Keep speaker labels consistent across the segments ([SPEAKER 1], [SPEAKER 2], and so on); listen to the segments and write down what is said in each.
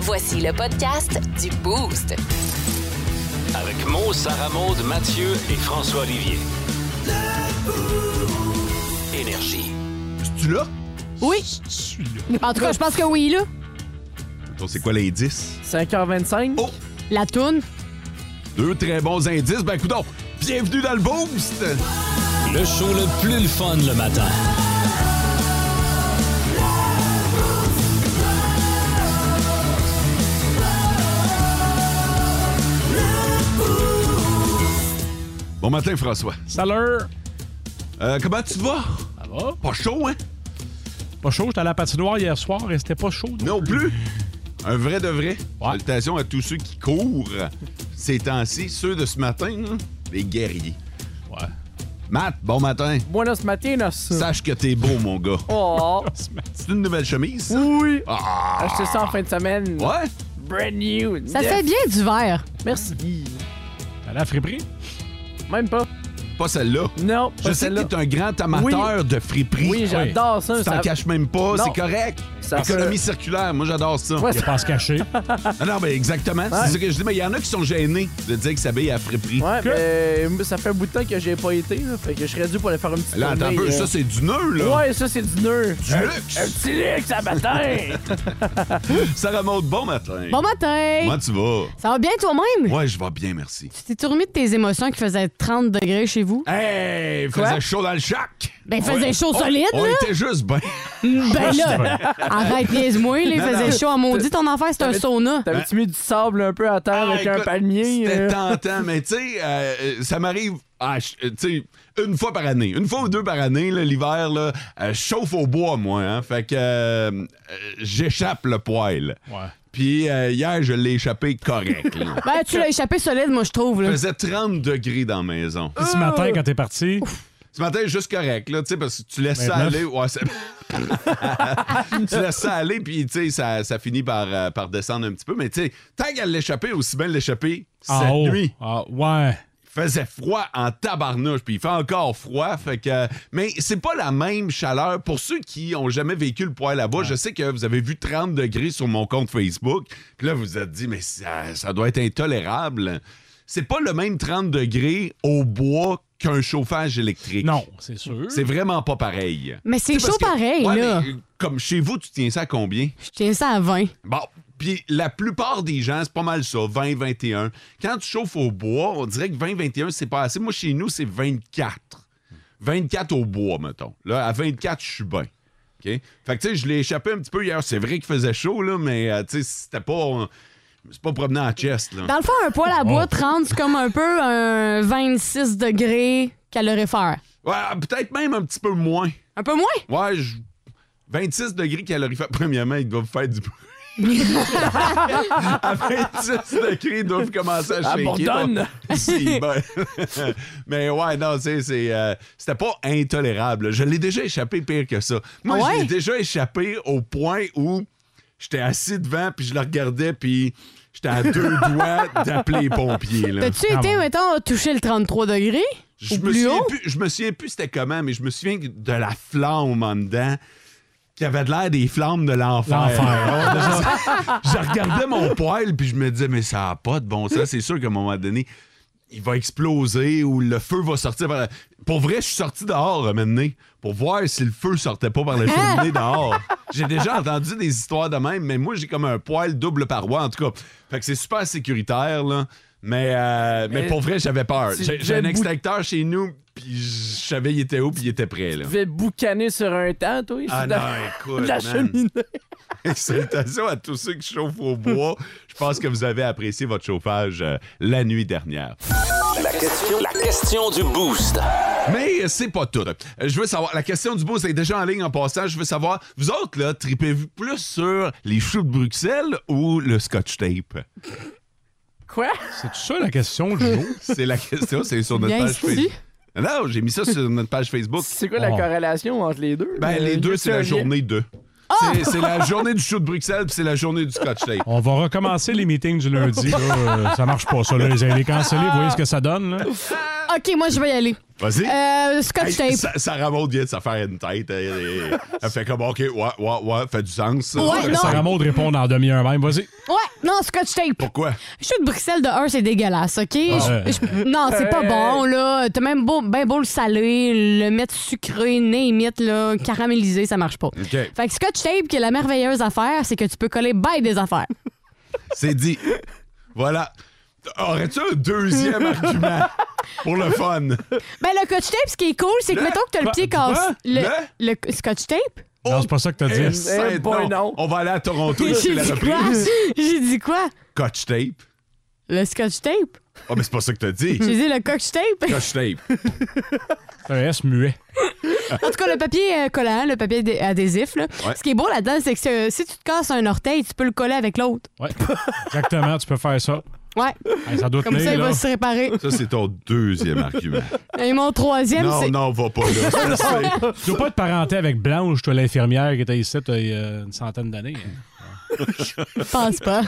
[SPEAKER 1] Voici le podcast du Boost.
[SPEAKER 2] Avec Mo, Sarah Maud, Mathieu et François Olivier. Énergie.
[SPEAKER 3] Tu là?
[SPEAKER 4] Oui.
[SPEAKER 3] Je suis là.
[SPEAKER 4] En tout cas, je pense que oui, là.
[SPEAKER 3] Attends, C'est quoi l'indice?
[SPEAKER 5] 5h25.
[SPEAKER 3] Oh!
[SPEAKER 4] La toune.
[SPEAKER 3] Deux très bons indices. Ben, coudon, bienvenue dans le boost!
[SPEAKER 2] Le show le plus le fun le matin.
[SPEAKER 3] Bon matin, François.
[SPEAKER 5] Salut.
[SPEAKER 3] Euh, comment tu te vas?
[SPEAKER 5] Ça va?
[SPEAKER 3] Pas chaud, hein?
[SPEAKER 5] Pas chaud, j'étais à la patinoire hier soir et c'était pas chaud.
[SPEAKER 3] Non plus. Un vrai de vrai.
[SPEAKER 5] Ouais.
[SPEAKER 3] Salutations à tous ceux qui courent ces temps-ci. Ceux de ce matin, là, les guerriers.
[SPEAKER 5] Ouais.
[SPEAKER 3] Matt, bon matin.
[SPEAKER 6] Buenos matinos.
[SPEAKER 3] Sache que t'es beau, mon gars.
[SPEAKER 6] Oh,
[SPEAKER 5] Ce matin.
[SPEAKER 3] C'est une nouvelle chemise, ça?
[SPEAKER 6] oui.
[SPEAKER 3] Ah!
[SPEAKER 6] Achetez ça en fin de semaine.
[SPEAKER 3] Ouais?
[SPEAKER 6] Brand new.
[SPEAKER 4] Ça
[SPEAKER 6] Neuf.
[SPEAKER 4] fait bien du verre.
[SPEAKER 6] Merci.
[SPEAKER 5] T'es allé à la friperie?
[SPEAKER 6] Même pas.
[SPEAKER 3] Pas celle-là.
[SPEAKER 6] Non,
[SPEAKER 3] Je
[SPEAKER 6] pas
[SPEAKER 3] sais que
[SPEAKER 6] celle-là.
[SPEAKER 3] t'es un grand amateur de friperie.
[SPEAKER 6] Oui, j'adore ça.
[SPEAKER 3] Tu t'en
[SPEAKER 6] ça...
[SPEAKER 3] caches même pas,
[SPEAKER 6] Non.
[SPEAKER 3] c'est correct.
[SPEAKER 6] Ça-
[SPEAKER 3] Économie circulaire, moi j'adore ça.
[SPEAKER 6] Ouais,
[SPEAKER 5] Je pense caché.
[SPEAKER 3] Ah non, mais exactement, c'est ce que je dis, mais il y en a qui sont gênés de dire qu'ils s'habillent à friperie.
[SPEAKER 6] Ouais,
[SPEAKER 5] Que-
[SPEAKER 6] mais euh, ça fait un bout de temps que j'ai pas été, là, fait que je serais dû pour aller faire un petit
[SPEAKER 3] Là, attends un
[SPEAKER 6] tournée,
[SPEAKER 3] peu,
[SPEAKER 6] euh.
[SPEAKER 3] ça c'est du nœud, là.
[SPEAKER 6] Ouais, ça, c'est du nœud.
[SPEAKER 3] Du luxe.
[SPEAKER 6] Un petit luxe à matin.
[SPEAKER 3] Ça remonte bon matin.
[SPEAKER 4] Bon matin.
[SPEAKER 3] Comment tu vas?
[SPEAKER 4] Ça va bien toi-même?
[SPEAKER 3] Ouais, je vais bien, merci.
[SPEAKER 4] Tu t'es remis de tes émotions qui faisaient 30 degrés chez vous?
[SPEAKER 3] Hey, il
[SPEAKER 6] Quoi?
[SPEAKER 3] faisait chaud dans le chac.
[SPEAKER 4] Ben, il faisait
[SPEAKER 3] Ouais.
[SPEAKER 4] chaud
[SPEAKER 3] On-
[SPEAKER 4] solide,
[SPEAKER 3] On
[SPEAKER 4] là.
[SPEAKER 3] était juste bien.
[SPEAKER 4] Ben là, arrête, niaise-moi, là, il
[SPEAKER 3] Non, non.
[SPEAKER 4] faisait chaud à maudit. Ton affaire, c'est un
[SPEAKER 6] T'avais-
[SPEAKER 4] sauna.
[SPEAKER 6] T'avais-tu mis du sable un peu à terre avec
[SPEAKER 3] Ah,
[SPEAKER 6] un
[SPEAKER 3] écoute,
[SPEAKER 6] palmier?
[SPEAKER 3] C'était
[SPEAKER 6] euh?
[SPEAKER 3] tentant, mais tu sais, euh, euh, ça m'arrive, ah, je- euh, tu sais, une fois par année. Une fois ou deux par année, là, l'hiver, là, euh, je chauffe au bois, moi. Hein, fait que euh, euh, j'échappe le poêle.
[SPEAKER 5] Ouais.
[SPEAKER 3] Puis euh, hier, je l'ai échappé correct. là.
[SPEAKER 4] Ben, tu l'as échappé solide, moi, je trouve.
[SPEAKER 3] Il
[SPEAKER 4] là.
[SPEAKER 3] faisait 30 degrés dans la maison. Ah.
[SPEAKER 5] Et ce matin, quand t'es parti,
[SPEAKER 3] Ce matin, juste correct, là, tu sais, parce que tu laisses ça
[SPEAKER 5] 29.
[SPEAKER 3] aller. ouais, c'est- tu laisses ça aller, puis, tu sais, ça, ça finit par, euh, par descendre un petit peu. Mais, tu sais, tant qu'à l'échapper, aussi bien l'échapper
[SPEAKER 5] en
[SPEAKER 3] cette
[SPEAKER 5] haut.
[SPEAKER 3] nuit.
[SPEAKER 5] Ah, ouais.
[SPEAKER 3] faisait froid en tabarnouche, puis il fait encore froid, fait que... Mais c'est pas la même chaleur. Pour ceux qui ont jamais vécu le poêle là-bas, je sais que vous avez vu 30 degrés sur mon compte Facebook, puis là, vous vous êtes dit, mais ça, ça doit être intolérable. C'est pas le même 30 degrés au bois qu'un chauffage électrique.
[SPEAKER 5] Non, c'est sûr.
[SPEAKER 3] C'est vraiment pas pareil.
[SPEAKER 4] Mais c'est
[SPEAKER 3] Tu sais, parce
[SPEAKER 4] chaud
[SPEAKER 3] que-
[SPEAKER 4] pareil,
[SPEAKER 3] Ouais,
[SPEAKER 4] là.
[SPEAKER 3] mais, euh, comme chez vous, tu tiens ça à combien?
[SPEAKER 4] Je tiens ça à 20.
[SPEAKER 3] Bon, puis la plupart des gens, c'est pas mal ça, 20-21. Quand tu chauffes au bois, on dirait que 20-21, c'est pas assez. Moi, chez nous, c'est 24. 24 au bois, mettons. Là, à 24, je suis bien. OK? Fait que, tu sais, je l'ai échappé un petit peu hier. C'est vrai qu'il faisait chaud, là, mais, euh, tu sais, c'était pas... euh, c'est pas promené en chest, là.
[SPEAKER 4] Dans le fond, un poêle à bois 30, c'est comme un peu un 26 degrés calorifère.
[SPEAKER 3] Ouais, peut-être même un petit peu moins.
[SPEAKER 4] Un peu moins?
[SPEAKER 3] Ouais, je- 26 degrés calorifère. Premièrement, ils doivent faire du bruit. à 26 degrés, ils doivent commencer à
[SPEAKER 4] Ah,
[SPEAKER 6] À
[SPEAKER 3] shaker.
[SPEAKER 6] Bourdonne.
[SPEAKER 3] Si, ben. Mais ouais, non, c'est- c'est, euh, c'était pas intolérable. Je l'ai déjà échappé pire que ça. Moi,
[SPEAKER 4] Ah ouais?
[SPEAKER 3] je l'ai déjà échappé au point où j'étais assis devant, puis je le regardais, puis j'étais à deux doigts d'appeler les pompiers. Là. Ah
[SPEAKER 4] T'as-tu été,
[SPEAKER 5] bon.
[SPEAKER 4] mettons, toucher le 33 degrés?
[SPEAKER 3] Je
[SPEAKER 4] Ou
[SPEAKER 3] me,
[SPEAKER 4] plus
[SPEAKER 3] souviens
[SPEAKER 4] haut?
[SPEAKER 3] plus, je me souviens plus c'était comment, mais je me souviens de la flamme en dedans qui avait de l'air des flammes de l'enfer.
[SPEAKER 5] L'enfer. Ouais, déjà.
[SPEAKER 3] je regardais mon poêle puis je me disais, mais ça n'a pas de bon sens. C'est sûr qu'à un moment donné, il va exploser ou le feu va sortir. Par la- Pour vrai, je suis sorti dehors à un moment donné, pour voir si le feu sortait pas par la cheminée dehors. J'ai déjà entendu des histoires de même, mais moi, j'ai comme un poêle double paroi, en tout cas. Fait que c'est super sécuritaire, là. Mais, euh, mais
[SPEAKER 6] Mais
[SPEAKER 3] pour vrai, j'avais peur.
[SPEAKER 6] tu
[SPEAKER 3] J'ai
[SPEAKER 6] devais
[SPEAKER 3] j'ai un
[SPEAKER 6] bou-
[SPEAKER 3] extincteur chez nous, puis je savais il était où, puis il était prêt, là.
[SPEAKER 6] Tu devais boucaner sur un temps, toi.
[SPEAKER 3] Ah
[SPEAKER 6] sur la-
[SPEAKER 3] non, écoute,
[SPEAKER 6] La
[SPEAKER 3] man.
[SPEAKER 6] cheminée.
[SPEAKER 3] Salutations à tous ceux qui chauffent au bois. Je pense que vous avez apprécié votre chauffage euh, la nuit dernière.
[SPEAKER 2] La question, la question du boost.
[SPEAKER 3] Mais euh, c'est pas tout. Euh, Je veux savoir, la question du beau, c'est déjà en ligne en passant. Je veux savoir, vous autres, là, tripez-vous plus sur les choux de Bruxelles ou le scotch tape?
[SPEAKER 6] Quoi?
[SPEAKER 5] C'est ça la question du jour.
[SPEAKER 3] C'est la question, c'est sur notre
[SPEAKER 4] Bien
[SPEAKER 3] page
[SPEAKER 4] ici.
[SPEAKER 3] Facebook. Non, j'ai mis ça sur notre page Facebook.
[SPEAKER 6] C'est quoi la
[SPEAKER 5] Oh.
[SPEAKER 6] corrélation entre les deux?
[SPEAKER 3] Ah. Ben,
[SPEAKER 6] Euh, Ah!
[SPEAKER 3] les
[SPEAKER 6] y
[SPEAKER 3] deux,
[SPEAKER 6] a-tu
[SPEAKER 3] c'est
[SPEAKER 6] un
[SPEAKER 3] la
[SPEAKER 6] lien?
[SPEAKER 3] journée 2. C'est c'est la journée du chou de Bruxelles, puis c'est la journée du scotch tape.
[SPEAKER 5] On va recommencer les meetings du lundi. Là. Euh, Ça marche pas, ça. Là. Ils avaient cancellé. Vous voyez ce que ça donne. Là.
[SPEAKER 4] OK, moi, je vais y aller.
[SPEAKER 3] Vas-y.
[SPEAKER 4] Euh, scotch
[SPEAKER 3] Hey,
[SPEAKER 4] tape.
[SPEAKER 3] Sa- Sarah Maud vient de se faire une tête. Elle, elle- elle fait comme, OK, ouais, ouais, ouais, fait du sens. ça.
[SPEAKER 4] Ouais, non.
[SPEAKER 5] Sarah Maud répond dans demi-heure même. Vas-y.
[SPEAKER 4] Ouais, non, scotch tape.
[SPEAKER 3] Pourquoi?
[SPEAKER 4] Je suis de Bruxelles de 1, c'est dégueulasse, OK? Je-
[SPEAKER 5] ouais.
[SPEAKER 4] je- non, c'est pas bon, là. T'as même beau, ben beau le saler, le mettre sucré, némite, là, caramélisé, ça marche pas.
[SPEAKER 3] OK.
[SPEAKER 4] Fait que scotch tape, qui est la merveilleuse affaire, c'est que tu peux coller bien des affaires.
[SPEAKER 3] C'est dit. Voilà. Aurais-tu un deuxième argument pour le fun?
[SPEAKER 4] Ben, le scotch tape, ce qui est cool, c'est que, mettons que t'as le
[SPEAKER 5] Quoi?
[SPEAKER 4] pied cassé.
[SPEAKER 5] Quoi?
[SPEAKER 4] Le,
[SPEAKER 3] Le?
[SPEAKER 4] le scotch tape?
[SPEAKER 5] Non, c'est pas ça que t'as
[SPEAKER 3] Eh,
[SPEAKER 5] dit.
[SPEAKER 3] c'est-
[SPEAKER 6] boy, non.
[SPEAKER 3] On va aller à Toronto et c'est
[SPEAKER 4] J'ai
[SPEAKER 3] la
[SPEAKER 4] dit quoi?
[SPEAKER 3] reprise.
[SPEAKER 4] J'ai dit quoi?
[SPEAKER 3] Coach tape.
[SPEAKER 4] Le scotch tape?
[SPEAKER 3] Oh, mais c'est pas ça que t'as dit.
[SPEAKER 4] J'ai dit le scotch tape?
[SPEAKER 3] Coach tape.
[SPEAKER 5] Un S muet.
[SPEAKER 4] En tout cas, le papier euh, collant, le papier adhé- adhésif, là,
[SPEAKER 3] Ouais.
[SPEAKER 4] ce qui est beau là-dedans, c'est que euh, si tu te casses un orteil, tu peux le coller avec l'autre.
[SPEAKER 5] Ouais. Exactement, tu peux faire ça.
[SPEAKER 4] Ouais,
[SPEAKER 5] Hey, ça doit
[SPEAKER 4] comme
[SPEAKER 5] tenir,
[SPEAKER 4] ça, il
[SPEAKER 5] là.
[SPEAKER 4] va se réparer.
[SPEAKER 3] Ça, c'est ton deuxième argument.
[SPEAKER 4] Et mon troisième,
[SPEAKER 3] Non,
[SPEAKER 4] c'est.
[SPEAKER 3] non, on va pas là. c'est assez.
[SPEAKER 5] Tu dois pas être parenté avec Blanche, toi, l'infirmière qui était ici t'as, il y a une centaine d'années. hein.
[SPEAKER 4] Je pense pas.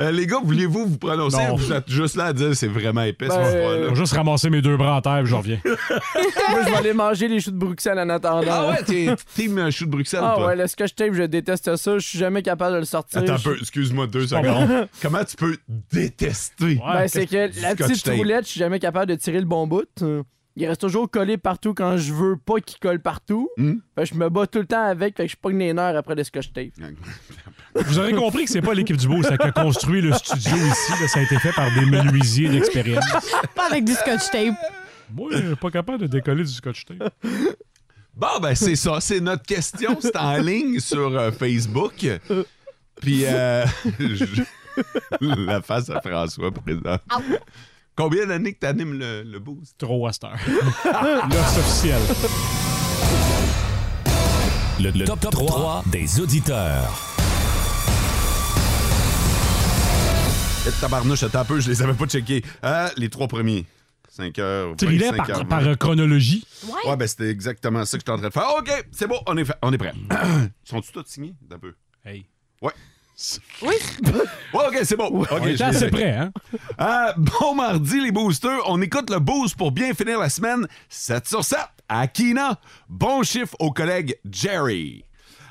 [SPEAKER 3] Euh, les gars, voulez-vous vous prononcer?
[SPEAKER 5] Non.
[SPEAKER 3] Vous êtes juste là à dire c'est vraiment épais
[SPEAKER 6] Ben,
[SPEAKER 3] ce
[SPEAKER 5] Je
[SPEAKER 3] moment-là.
[SPEAKER 5] vais juste ramasser mes deux bras en terre, puis je reviens.
[SPEAKER 6] Moi, je vais aller manger les choux de Bruxelles en attendant.
[SPEAKER 3] Ah ouais, t'es team euh, chou de Bruxelles ou
[SPEAKER 6] Ah
[SPEAKER 3] pas?
[SPEAKER 6] ouais, le scotch tape, je déteste ça. Je suis jamais capable de le sortir.
[SPEAKER 3] Attends un
[SPEAKER 6] Je-
[SPEAKER 3] peu, excuse-moi deux
[SPEAKER 5] pas
[SPEAKER 3] secondes. Comment tu peux détester?
[SPEAKER 5] Ouais,
[SPEAKER 6] Ben, c'est que la
[SPEAKER 3] Scotch
[SPEAKER 6] petite
[SPEAKER 3] tape.
[SPEAKER 6] roulette, je suis jamais capable de tirer le bon bout. Euh, Il reste toujours collé partout quand je veux pas qu'il colle partout.
[SPEAKER 3] Hmm.
[SPEAKER 6] Fait que je me bats tout le temps avec, fait que je pogne les nerfs après le scotch tape.
[SPEAKER 5] Vous aurez compris que c'est pas l'équipe du beau, c'est qui a construit le studio ici. là, ça a été fait par des menuisiers d'expérience.
[SPEAKER 4] Pas avec du scotch tape.
[SPEAKER 5] Moi, je suis pas capable de décoller du scotch tape.
[SPEAKER 3] Bon, ben c'est ça, c'est notre question. C'est en ligne sur euh, Facebook. Puis, euh, je- la face à François présent.
[SPEAKER 5] Ah.
[SPEAKER 3] Combien d'années que t'animes le, le boost?
[SPEAKER 5] Trop à cette heure. L'os officiel.
[SPEAKER 7] Le, le top, 3, des auditeurs.
[SPEAKER 3] Eh, Tabarnouche, attends un peu, je les avais pas checkés. Euh, les trois premiers. 5 heures.
[SPEAKER 5] Tu rilais
[SPEAKER 3] 25 heures,
[SPEAKER 5] par, par euh, chronologie.
[SPEAKER 3] Ouais, ben c'était exactement ça que j'étais en train de faire. OK, c'est bon, on est, fa- on est prêt. Sont-tu tous signés? Attends Un peu.
[SPEAKER 5] Hey.
[SPEAKER 3] Ouais, OK, c'est bon. OK,
[SPEAKER 5] On
[SPEAKER 3] je les
[SPEAKER 5] était
[SPEAKER 3] ai.
[SPEAKER 5] assez près, hein?
[SPEAKER 3] Euh, bon mardi, les boosters. On écoute le boost pour bien finir la semaine. 7 sur 7 à Kina. Bon chiffre au collègue Jerry.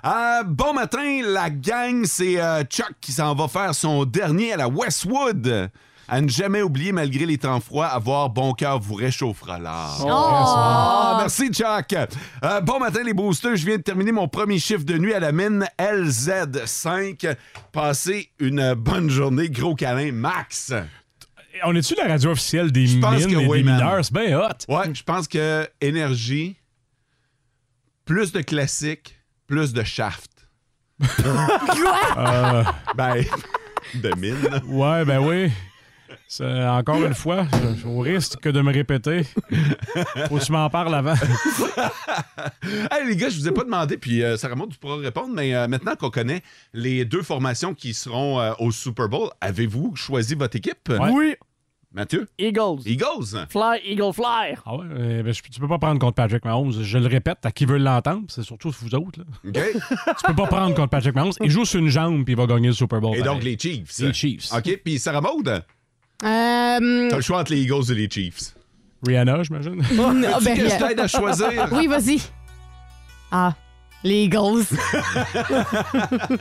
[SPEAKER 3] Euh, bon matin, la gang, c'est euh, Chuck qui s'en va faire son dernier à la Westwood. À ne jamais oublier, malgré les temps froids, avoir bon cœur vous réchauffera l'art. Oh,
[SPEAKER 5] Oh.
[SPEAKER 3] Ah, merci, Chuck. Euh, bon matin, les boosters. Je viens de terminer mon premier chiffre de nuit à la mine LZ5. Passez une bonne journée. Gros câlin, Max.
[SPEAKER 5] Et On est-tu la radio officielle des
[SPEAKER 3] Je
[SPEAKER 5] mines
[SPEAKER 3] pense que
[SPEAKER 5] et
[SPEAKER 3] oui,
[SPEAKER 5] des
[SPEAKER 3] man.
[SPEAKER 5] mineurs? C'est bien hot.
[SPEAKER 3] Ouais, je pense que énergie, plus de classique, plus de shaft. Ben, de mine.
[SPEAKER 5] Euh. Ouais, ben oui. C'est- Encore une fois, je- au risque que de me répéter, faut que tu m'en parles avant.
[SPEAKER 3] Hey, les gars, je vous ai pas demandé, puis euh, Sarah Maud, tu pourras répondre, mais euh, maintenant qu'on connaît les deux formations qui seront euh, au Super Bowl, avez-vous choisi votre équipe?
[SPEAKER 6] Oui,
[SPEAKER 3] Mathieu?
[SPEAKER 6] Eagles.
[SPEAKER 3] Eagles?
[SPEAKER 6] Fly, Eagle, fly.
[SPEAKER 5] Ah ouais, euh, ben, je- tu peux pas prendre contre Patrick Mahomes. Je le répète, à qui veut l'entendre, c'est surtout vous autres. Là.
[SPEAKER 3] OK.
[SPEAKER 5] Tu peux pas prendre contre Patrick Mahomes. Il joue sur une jambe puis il va gagner le Super Bowl.
[SPEAKER 3] Et donc,
[SPEAKER 5] pareil.
[SPEAKER 3] les Chiefs.
[SPEAKER 5] ben, Les Chiefs.
[SPEAKER 3] OK, puis Sarah Maud,
[SPEAKER 4] Euh.
[SPEAKER 3] t'as le choix entre les Eagles et les Chiefs.
[SPEAKER 5] Rihanna, j'imagine.
[SPEAKER 4] ah, ben,
[SPEAKER 3] Qu'est-ce que
[SPEAKER 4] euh,
[SPEAKER 3] t'aides à choisir?
[SPEAKER 4] oui, vas-y. Ah, les Eagles.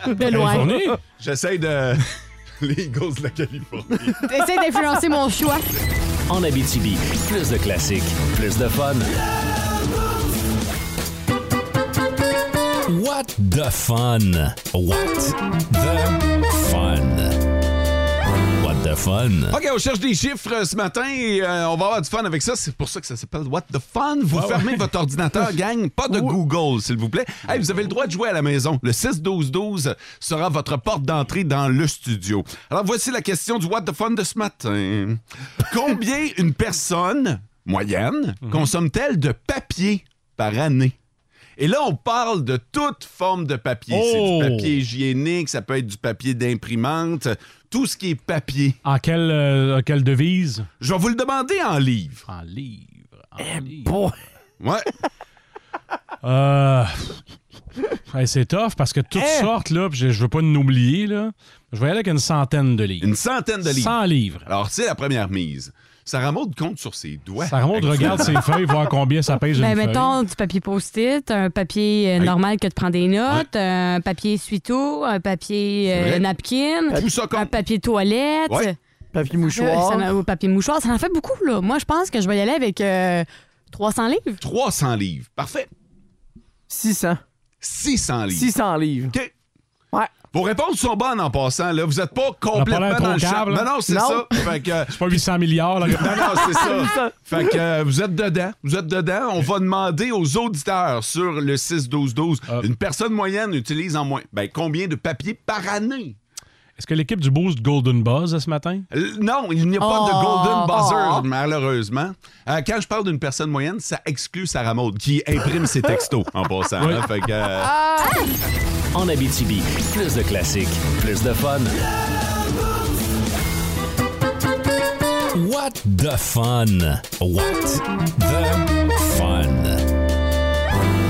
[SPEAKER 4] de
[SPEAKER 5] Bonne
[SPEAKER 4] loin.
[SPEAKER 5] journée.
[SPEAKER 3] J'essaie de... les Eagles de la Californie.
[SPEAKER 4] Essaye d'influencer mon choix.
[SPEAKER 7] En Abitibi, plus de classiques, plus de fun. What the fun? What the fun? What the fun?
[SPEAKER 3] OK, on cherche des chiffres euh, ce matin et euh, on va avoir du fun avec ça. C'est pour ça que ça s'appelle What the Fun. Vous fermez votre ordinateur, gang. Pas de Google, s'il vous plaît. Hey, vous avez le droit de jouer à la maison. Le 6-12-12 sera votre porte d'entrée dans le studio. Alors, voici la question du What the Fun de ce matin. Combien une personne moyenne consomme-t-elle de papier par année? Et là, on parle de toute forme de papier.
[SPEAKER 5] Oh!
[SPEAKER 3] C'est du papier hygiénique, ça peut être du papier d'imprimante, tout ce qui est papier.
[SPEAKER 5] En quelle, euh, en quelle devise?
[SPEAKER 3] Je vais vous le demander en livre.
[SPEAKER 5] En livre. En livre.
[SPEAKER 6] Bon.
[SPEAKER 3] Ouais.
[SPEAKER 5] Euh, hey, c'est tough parce que toutes sortes, là, puis je je veux pas nous oublier, là. Je vais y aller avec une centaine de livres.
[SPEAKER 3] Une centaine de livres.
[SPEAKER 5] 100 livres.
[SPEAKER 3] Alors, c'est la première mise. Sarah Maud compte sur ses doigts.
[SPEAKER 5] Sarah Maud regarde ses feuilles, voir combien ça pèse une
[SPEAKER 4] Ben,
[SPEAKER 5] feuille.
[SPEAKER 4] mettons du papier post-it, un papier euh,
[SPEAKER 3] Hey.
[SPEAKER 4] normal que tu prends des notes, un papier suito, un papier
[SPEAKER 3] C'est
[SPEAKER 4] euh,
[SPEAKER 3] vrai.
[SPEAKER 4] napkin,
[SPEAKER 3] Tout ça
[SPEAKER 4] un
[SPEAKER 3] compte.
[SPEAKER 4] papier toilette.
[SPEAKER 3] Ouais.
[SPEAKER 6] Papier
[SPEAKER 4] Euh,
[SPEAKER 6] mouchoir.
[SPEAKER 4] ça m'a- au papier mouchoir, ça en fait beaucoup, là. Moi, je pense que je vais y aller avec euh, 300 livres.
[SPEAKER 3] 300 livres. Parfait.
[SPEAKER 6] 600.
[SPEAKER 3] 600 livres.
[SPEAKER 6] 600 livres.
[SPEAKER 3] OK.
[SPEAKER 6] Ouais.
[SPEAKER 3] Vos réponses sont bonnes en passant. Là. Vous n'êtes pas
[SPEAKER 5] On a
[SPEAKER 3] complètement
[SPEAKER 5] pas l'air
[SPEAKER 3] dans le champ.
[SPEAKER 5] troncable,
[SPEAKER 3] Non,
[SPEAKER 5] hein?
[SPEAKER 3] non, c'est ça.
[SPEAKER 6] Non.
[SPEAKER 3] Fait que,
[SPEAKER 5] C'est pas 800 milliards, là.
[SPEAKER 3] non, non, c'est ça.
[SPEAKER 6] Ça.
[SPEAKER 3] Fait que euh, vous êtes dedans, vous êtes dedans. On va demander aux auditeurs sur le 6-12-12,
[SPEAKER 5] Ah.
[SPEAKER 3] une personne moyenne utilise en moins, ben, combien de papier par année?
[SPEAKER 5] Est-ce que l'équipe du Boost Golden Buzz ce matin?
[SPEAKER 3] L- Non, il n'y a pas de
[SPEAKER 4] Oh.
[SPEAKER 3] golden buzzer,
[SPEAKER 6] Oh.
[SPEAKER 3] malheureusement. Euh, quand je parle d'une personne moyenne, ça exclut Sarah Maud, qui imprime ses textos en passant. hein. fait que, euh,
[SPEAKER 7] En Abitibi, plus de classiques, plus de fun. What the fun? What the fun?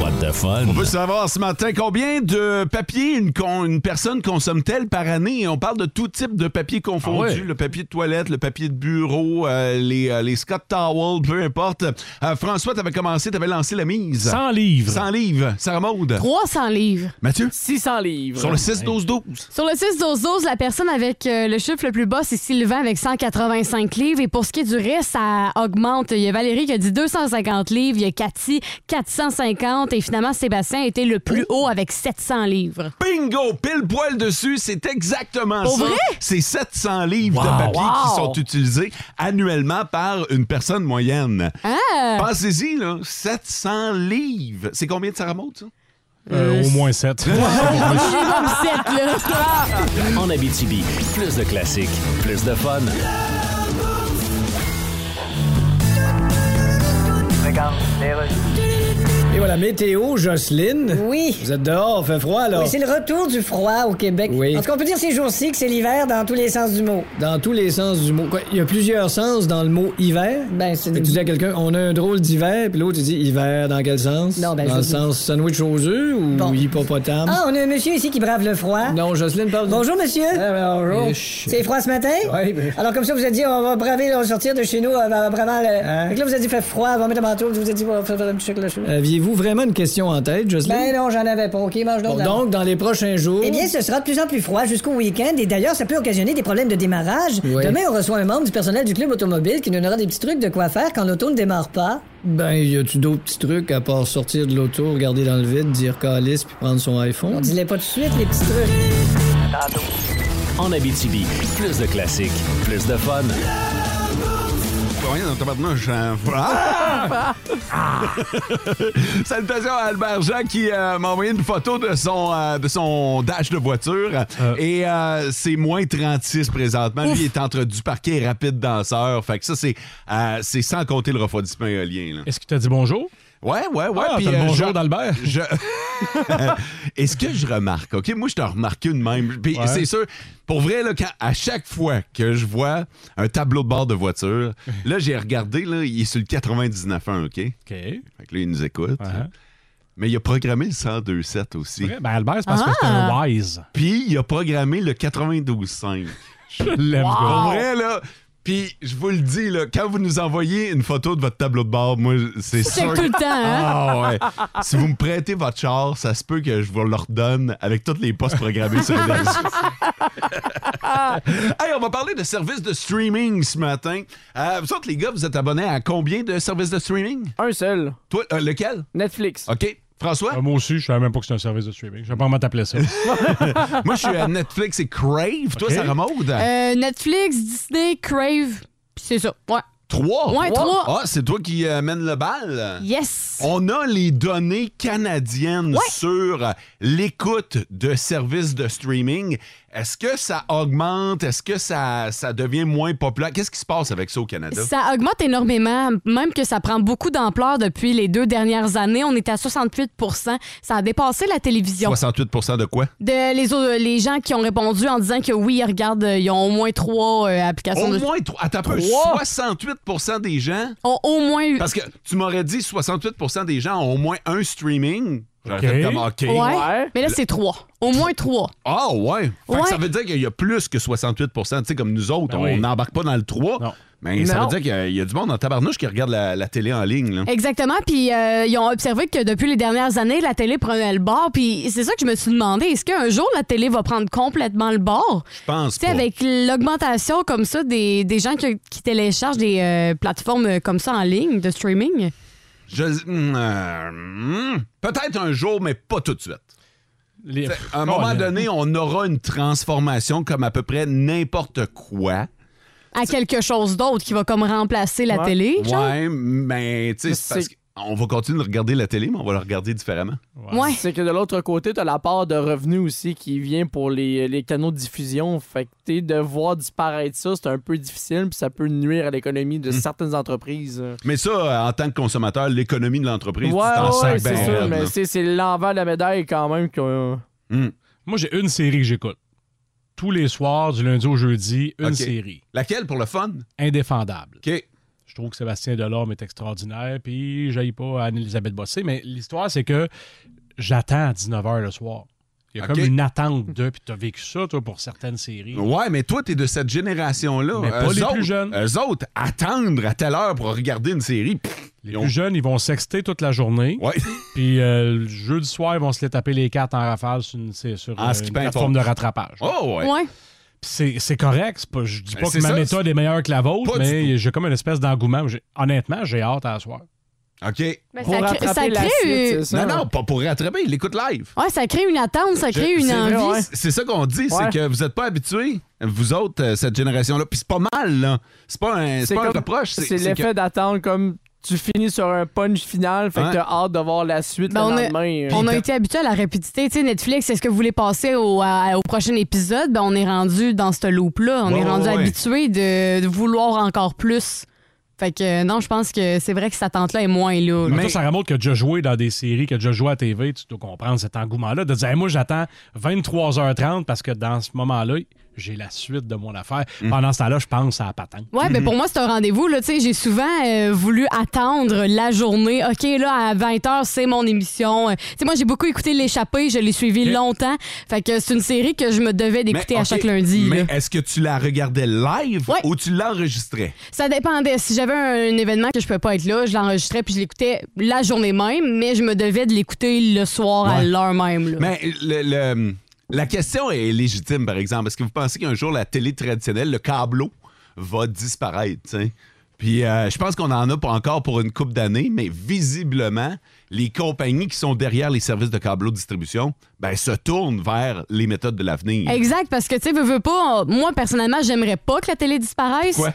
[SPEAKER 7] What the fun?
[SPEAKER 3] On veut savoir ce matin combien de papier une, con- une personne consomme-t-elle par année. Et On parle de tout type de papier confondu.
[SPEAKER 5] Ah ouais.
[SPEAKER 3] Le papier de toilette, le papier de bureau, euh, les, euh, les Scott Towel, peu importe. Euh, François, t'avais commencé, t'avais lancé la mise.
[SPEAKER 5] 100 livres.
[SPEAKER 3] 100 livres. Sarah Maud.
[SPEAKER 4] 300 livres.
[SPEAKER 3] Mathieu.
[SPEAKER 6] 600 livres.
[SPEAKER 3] Sur le 6-12-12.
[SPEAKER 4] Sur le 6-12-12, la personne avec euh, le chiffre le plus bas, c'est Sylvain avec 185 livres. Et pour ce qui est du reste, ça augmente. Il y a Valérie qui a dit 250 livres, il y a Cathy 450 et finalement Sébastien était le plus haut avec 700 livres.
[SPEAKER 3] Bingo! Pile poil dessus, c'est exactement
[SPEAKER 4] Pour
[SPEAKER 3] ça.
[SPEAKER 4] vrai?
[SPEAKER 3] C'est 700 livres
[SPEAKER 6] Wow.
[SPEAKER 3] de papier qui
[SPEAKER 6] Wow.
[SPEAKER 3] sont utilisés annuellement par une personne moyenne.
[SPEAKER 4] Ah!
[SPEAKER 3] Pensez-y, là, 700 livres. C'est combien de Sarah Maud, ça?
[SPEAKER 5] Euh, au moins 7.
[SPEAKER 4] J'ai comme 7, là.
[SPEAKER 7] En Abitibi, plus de classiques, plus de fun.
[SPEAKER 8] Et voilà, météo, Jocelyne.
[SPEAKER 9] Oui.
[SPEAKER 8] Vous êtes dehors, fait froid, là.
[SPEAKER 9] Oui, C'est le retour du froid au Québec.
[SPEAKER 8] Oui.
[SPEAKER 9] En tout cas, on peut dire ces jours-ci que c'est l'hiver dans tous les sens du mot.
[SPEAKER 8] Dans tous les sens du mot. Quoi, il y a plusieurs sens dans le mot hiver.
[SPEAKER 9] Ben, c'est...
[SPEAKER 8] Fait que tu dis à quelqu'un, on a un drôle d'hiver, puis l'autre, tu dis hiver dans quel sens?
[SPEAKER 9] Non, ben, je
[SPEAKER 8] dans le
[SPEAKER 9] dis-
[SPEAKER 8] sens sandwich aux œufs ou
[SPEAKER 9] Bon.
[SPEAKER 8] hippopotame?
[SPEAKER 9] Ah, on a un monsieur ici qui brave le froid.
[SPEAKER 8] Hum. Non, Jocelyne parle
[SPEAKER 9] Bonjour, monsieur.
[SPEAKER 8] Ah, ben, bonjour.
[SPEAKER 9] C'est froid ce matin?
[SPEAKER 8] Ouais, ben-
[SPEAKER 9] Alors, comme ça, vous avez dit, on va braver, on va sortir de chez nous, on va vraiment... le-
[SPEAKER 8] Hein?
[SPEAKER 9] Fait que là, vous avez dit, fait froid, on va mettre un manteau, vous avez dit, on va faire faire un petit choc là
[SPEAKER 8] Aviez-vous vraiment une question en tête, Jocelyne?
[SPEAKER 9] Ben non, j'en avais pas. OK, mange
[SPEAKER 8] Bon,
[SPEAKER 9] donc de la-
[SPEAKER 8] donc, dans les prochains jours...
[SPEAKER 9] Eh bien, ce sera de plus en plus froid jusqu'au week-end et d'ailleurs, ça peut occasionner des problèmes de démarrage.
[SPEAKER 8] Oui.
[SPEAKER 9] Demain, on reçoit un membre du personnel du club automobile qui nous donnera des petits trucs de quoi faire quand l'auto ne démarre pas.
[SPEAKER 8] ben, y a-tu d'autres petits trucs à part sortir de l'auto, regarder dans le vide, dire calice, puis prendre son iPhone?
[SPEAKER 9] Dis-les pas tout de suite, les petits trucs.
[SPEAKER 7] En Abitibi, plus de classiques, plus de fun.
[SPEAKER 3] Rien dans le tabarnouche, hein. Ah! Salutations à Albert Jean qui euh, m'a envoyé une photo de son, euh, de son dash de voiture.
[SPEAKER 5] Euh.
[SPEAKER 3] Et euh, c'est moins 36 présentement. Lui, il est entre du parquet et rapide danseur. Fait que ça, c'est euh, c'est sans compter le refroidissement éolien. là.
[SPEAKER 5] Est-ce qu'il t'a dit bonjour?
[SPEAKER 3] Ouais, ouais, ouais.
[SPEAKER 5] Ah,
[SPEAKER 3] puis,
[SPEAKER 5] t'as le
[SPEAKER 3] euh,
[SPEAKER 5] bonjour
[SPEAKER 3] je-
[SPEAKER 5] d'Albert.
[SPEAKER 3] je... Est-ce que je remarque, OK? Moi, je t'en remarqué une même. Puis
[SPEAKER 5] Ouais.
[SPEAKER 3] c'est sûr, pour vrai, là, quand- à chaque fois que je vois un tableau de bord de voiture, là, j'ai regardé, là, il est sur le 99.1, OK? Fait
[SPEAKER 5] OK.
[SPEAKER 3] que là, il nous écoute.
[SPEAKER 5] Ouais.
[SPEAKER 3] Mais il a programmé le 102.7 aussi.
[SPEAKER 5] Uh-huh. Ben, Albert, c'est parce que c'est
[SPEAKER 4] Ah!
[SPEAKER 5] un wise.
[SPEAKER 3] Puis il a programmé le 92.5.
[SPEAKER 5] Je l'aime, ce gars.
[SPEAKER 3] Pour vrai, là... Puis, je vous le dis, là, quand vous nous envoyez une photo de votre tableau de bord, moi, c'est
[SPEAKER 4] Check
[SPEAKER 3] sûr
[SPEAKER 4] tout le temps, hein?
[SPEAKER 3] Ah ouais. si vous me prêtez votre char, ça se peut que je vous le redonne avec toutes les postes programmés sur Énergie. Ah! hey, on va parler de services de streaming ce matin. Euh, vous autres, les gars, vous êtes abonnés à combien de services de streaming?
[SPEAKER 6] Un seul.
[SPEAKER 3] Toi, euh, lequel?
[SPEAKER 6] Netflix.
[SPEAKER 3] OK. François?
[SPEAKER 5] Euh, Moi aussi, je savais même pas que c'était un service de streaming. Je sais pas comment t'appelais ça.
[SPEAKER 3] Moi, je suis à Netflix et Crave. Toi,
[SPEAKER 5] OK.
[SPEAKER 3] Sarah Maud?
[SPEAKER 4] Euh, Netflix, Disney, Crave, pis c'est ça. Ouais.
[SPEAKER 3] trois.
[SPEAKER 4] ouais, trois.
[SPEAKER 3] Ah, c'est toi qui euh, mène le bal?
[SPEAKER 4] Yes!
[SPEAKER 3] On a les données canadiennes
[SPEAKER 4] Ouais.
[SPEAKER 3] sur l'écoute de services de streaming. Est-ce que ça augmente? Est-ce que ça, ça devient moins populaire? Qu'est-ce qui se passe avec ça au Canada?
[SPEAKER 4] Ça augmente énormément, même que ça prend beaucoup d'ampleur depuis les deux dernières années. On est à 68 Ça a dépassé la télévision.
[SPEAKER 3] 68 de quoi?
[SPEAKER 4] De les, au- les gens qui ont répondu en disant que oui, ils regardent, euh, ils ont au moins trois euh, applications.
[SPEAKER 3] Au
[SPEAKER 4] de...
[SPEAKER 3] moins, trois- attends un peu,
[SPEAKER 4] Trois?
[SPEAKER 3] 68 des gens.
[SPEAKER 4] ont au moins eu.
[SPEAKER 3] Parce que tu m'aurais dit 68 des gens ont au moins un streaming. J'aurais
[SPEAKER 5] Ok.
[SPEAKER 3] fait comme OK.
[SPEAKER 4] Ouais.
[SPEAKER 6] Ouais.
[SPEAKER 4] Mais là, c'est trois. Au moins trois.
[SPEAKER 3] Ah, ouais. Fait que
[SPEAKER 4] Ouais.
[SPEAKER 3] ça veut dire qu'il y a plus que 68 Tu sais, comme nous
[SPEAKER 5] Ben
[SPEAKER 3] autres, on
[SPEAKER 5] oui.
[SPEAKER 3] n'embarque pas dans le 3.
[SPEAKER 5] Non.
[SPEAKER 3] Mais ça
[SPEAKER 6] Non.
[SPEAKER 3] veut dire qu'il y a- il y, a du monde en tabarnouche qui regarde la, la télé en ligne. là.
[SPEAKER 4] Exactement. Puis euh, ils ont observé que depuis les dernières années, la télé prenait le bord. Puis c'est ça que je me suis demandé. Est-ce qu'un jour, la télé va prendre complètement le bord?
[SPEAKER 3] Je pense
[SPEAKER 4] Tu sais,
[SPEAKER 3] pas.
[SPEAKER 4] avec l'augmentation comme ça des, des gens qui, qui téléchargent des euh, plateformes comme ça en ligne de streaming.
[SPEAKER 3] Je- hum, euh, hum. Peut-être un jour, mais pas tout de suite.
[SPEAKER 5] Les-
[SPEAKER 3] T'sais, à un moment
[SPEAKER 5] Oh,
[SPEAKER 3] donné, on aura une transformation comme à peu près n'importe quoi.
[SPEAKER 4] À quelque chose d'autre qui va comme remplacer la télé. genre.
[SPEAKER 3] Ouais, mais tu sais, c'est parce
[SPEAKER 6] C'est-
[SPEAKER 3] qu'on va continuer de regarder la télé, mais on va la regarder différemment.
[SPEAKER 4] Ouais.
[SPEAKER 6] C'est que de l'autre côté, t'as la part de revenus aussi qui vient pour les, les canaux de diffusion. Fait que t'es de voir disparaître ça, c'est un peu difficile, puis ça peut nuire à l'économie de
[SPEAKER 3] Hmm.
[SPEAKER 6] certaines entreprises.
[SPEAKER 3] Mais ça, euh, en tant que consommateur, l'économie de l'entreprise,
[SPEAKER 6] Ouais,
[SPEAKER 3] tu t'en
[SPEAKER 6] ouais,
[SPEAKER 3] sers
[SPEAKER 6] c'est
[SPEAKER 3] bien
[SPEAKER 6] ça,
[SPEAKER 3] ben raide,
[SPEAKER 6] mais
[SPEAKER 3] là.
[SPEAKER 6] c'est c'est l'envers de la médaille quand même. que-
[SPEAKER 3] Hum.
[SPEAKER 5] Moi, j'ai une série que j'écoute. Tous les soirs, du lundi au jeudi, une
[SPEAKER 3] Ok.
[SPEAKER 5] série.
[SPEAKER 3] Laquelle pour le fun?
[SPEAKER 5] Indéfendable.
[SPEAKER 3] OK.
[SPEAKER 5] Je trouve que Sébastien Delorme est extraordinaire, puis j'aille pas à Anne-Elisabeth Bossé, mais l'histoire, c'est que j'attends à 19h le soir. Il y a
[SPEAKER 3] Ok.
[SPEAKER 5] comme une attente de, puis t'as vécu ça, toi, pour certaines séries.
[SPEAKER 3] Ouais, mais toi, t'es de cette génération-là.
[SPEAKER 5] Mais pas
[SPEAKER 3] Eux
[SPEAKER 5] les plus
[SPEAKER 3] autres-
[SPEAKER 5] jeunes.
[SPEAKER 3] Eux autres, attendre à telle heure pour regarder une série. pff,
[SPEAKER 5] Les
[SPEAKER 3] ils
[SPEAKER 5] plus
[SPEAKER 3] ont-
[SPEAKER 5] jeunes, ils vont sexter toute la journée,
[SPEAKER 3] Ouais.
[SPEAKER 5] puis euh, le jeudi soir, ils vont se les taper les cartes en rafale sur une, c'est- sur,
[SPEAKER 3] En
[SPEAKER 5] euh, une
[SPEAKER 3] skippant
[SPEAKER 5] plateforme
[SPEAKER 3] les
[SPEAKER 5] de
[SPEAKER 3] fautes.
[SPEAKER 5] rattrapage.
[SPEAKER 3] Oh, ouais.
[SPEAKER 4] Ouais.
[SPEAKER 5] Puis C'est c'est correct. c'est Pas, je dis
[SPEAKER 3] Ben,
[SPEAKER 5] pas
[SPEAKER 3] c'est
[SPEAKER 5] que ma
[SPEAKER 3] ça,
[SPEAKER 5] méthode est meilleure que la vôtre,
[SPEAKER 3] Pas du
[SPEAKER 5] mais j'ai comme une espèce d'engouement. J'ai- Honnêtement, j'ai hâte à asseoir.
[SPEAKER 3] OK.
[SPEAKER 6] Ben, Pour
[SPEAKER 4] ça, crée-
[SPEAKER 6] rattraper
[SPEAKER 4] ça
[SPEAKER 6] la
[SPEAKER 4] crée
[SPEAKER 6] suite,
[SPEAKER 4] une...
[SPEAKER 6] c'est ça.
[SPEAKER 3] Non, non, pas pour rattraper. Il écoute live.
[SPEAKER 4] ouais, ça crée une attente, ça crée une
[SPEAKER 6] c'est vrai,
[SPEAKER 4] envie.
[SPEAKER 6] ouais.
[SPEAKER 3] C'est ça qu'on dit, c'est
[SPEAKER 6] Ouais.
[SPEAKER 3] que vous n'êtes pas habitués, vous autres, euh, cette génération-là. Puis c'est pas mal, là. C'est pas un, c'est
[SPEAKER 6] C'est
[SPEAKER 3] pas un
[SPEAKER 6] comme-
[SPEAKER 3] reproche.
[SPEAKER 6] C'est
[SPEAKER 3] c'est
[SPEAKER 6] l'effet d'attendre comme tu finis sur un punch final, fait
[SPEAKER 3] Ouais.
[SPEAKER 6] que t'as hâte de voir la suite
[SPEAKER 4] Ben, on
[SPEAKER 6] le
[SPEAKER 4] a-
[SPEAKER 6] lendemain. euh,
[SPEAKER 4] On a
[SPEAKER 3] Puis-
[SPEAKER 4] été habitué à la répétité. Tu sais, Netflix, est-ce que vous voulez passer au, à- au prochain épisode? Ben, on est rendu dans ce loop-là. On
[SPEAKER 3] Ouais,
[SPEAKER 4] est rendu
[SPEAKER 3] ouais, ouais.
[SPEAKER 4] habitué de, de vouloir encore plus. Fait que euh, non, je pense que c'est vrai que cette attente-là est moins là. là.
[SPEAKER 5] Mais... Toi, Sarah Maud, qui a déjà joué dans des séries, qui a déjà joué à TV, tu dois comprendre cet engouement-là. De dire, Hey, moi, j'attends 23h30 parce que dans ce moment-là, j'ai la suite de mon affaire.
[SPEAKER 3] Mm.
[SPEAKER 5] Pendant ce temps-là, je pense à la patente.
[SPEAKER 4] Ouais, ben pour moi, c'est un rendez-vous. là. Tu sais, J'ai souvent euh, voulu attendre la journée. OK, là, à 20h, c'est mon émission. Euh, tu sais, moi, j'ai beaucoup écouté L'échappée. Je l'ai suivi
[SPEAKER 5] Ok.
[SPEAKER 4] longtemps. Fait que c'est une série que je me
[SPEAKER 3] Mais,
[SPEAKER 4] devais d'écouter à
[SPEAKER 3] OK,
[SPEAKER 4] chaque lundi. là.
[SPEAKER 3] Mais est-ce que tu la regardais live
[SPEAKER 4] Ouais.
[SPEAKER 3] ou tu l'enregistrais?
[SPEAKER 4] Ça dépendait. Si j'avais un, un événement que je pouvais pas être là, je l'enregistrais puis je l'écoutais la journée même, mais je me devais de l'écouter le soir à
[SPEAKER 3] Ouais.
[SPEAKER 4] l'heure même. là.
[SPEAKER 3] Mais le- le- la question est légitime, par exemple. Est-ce que vous pensez qu'un jour, la télé traditionnelle, le câbleau, va disparaître? tu sais? Puis euh, je pense qu'on en a pas encore pour une coupe d'années, mais visiblement, les compagnies qui sont derrière les services de câbleau distribution ben, se tournent vers les méthodes de l'avenir.
[SPEAKER 4] Exact, parce que tu sais, veux, veux pas, moi personnellement, j'aimerais pas que la télé disparaisse.
[SPEAKER 3] Pourquoi?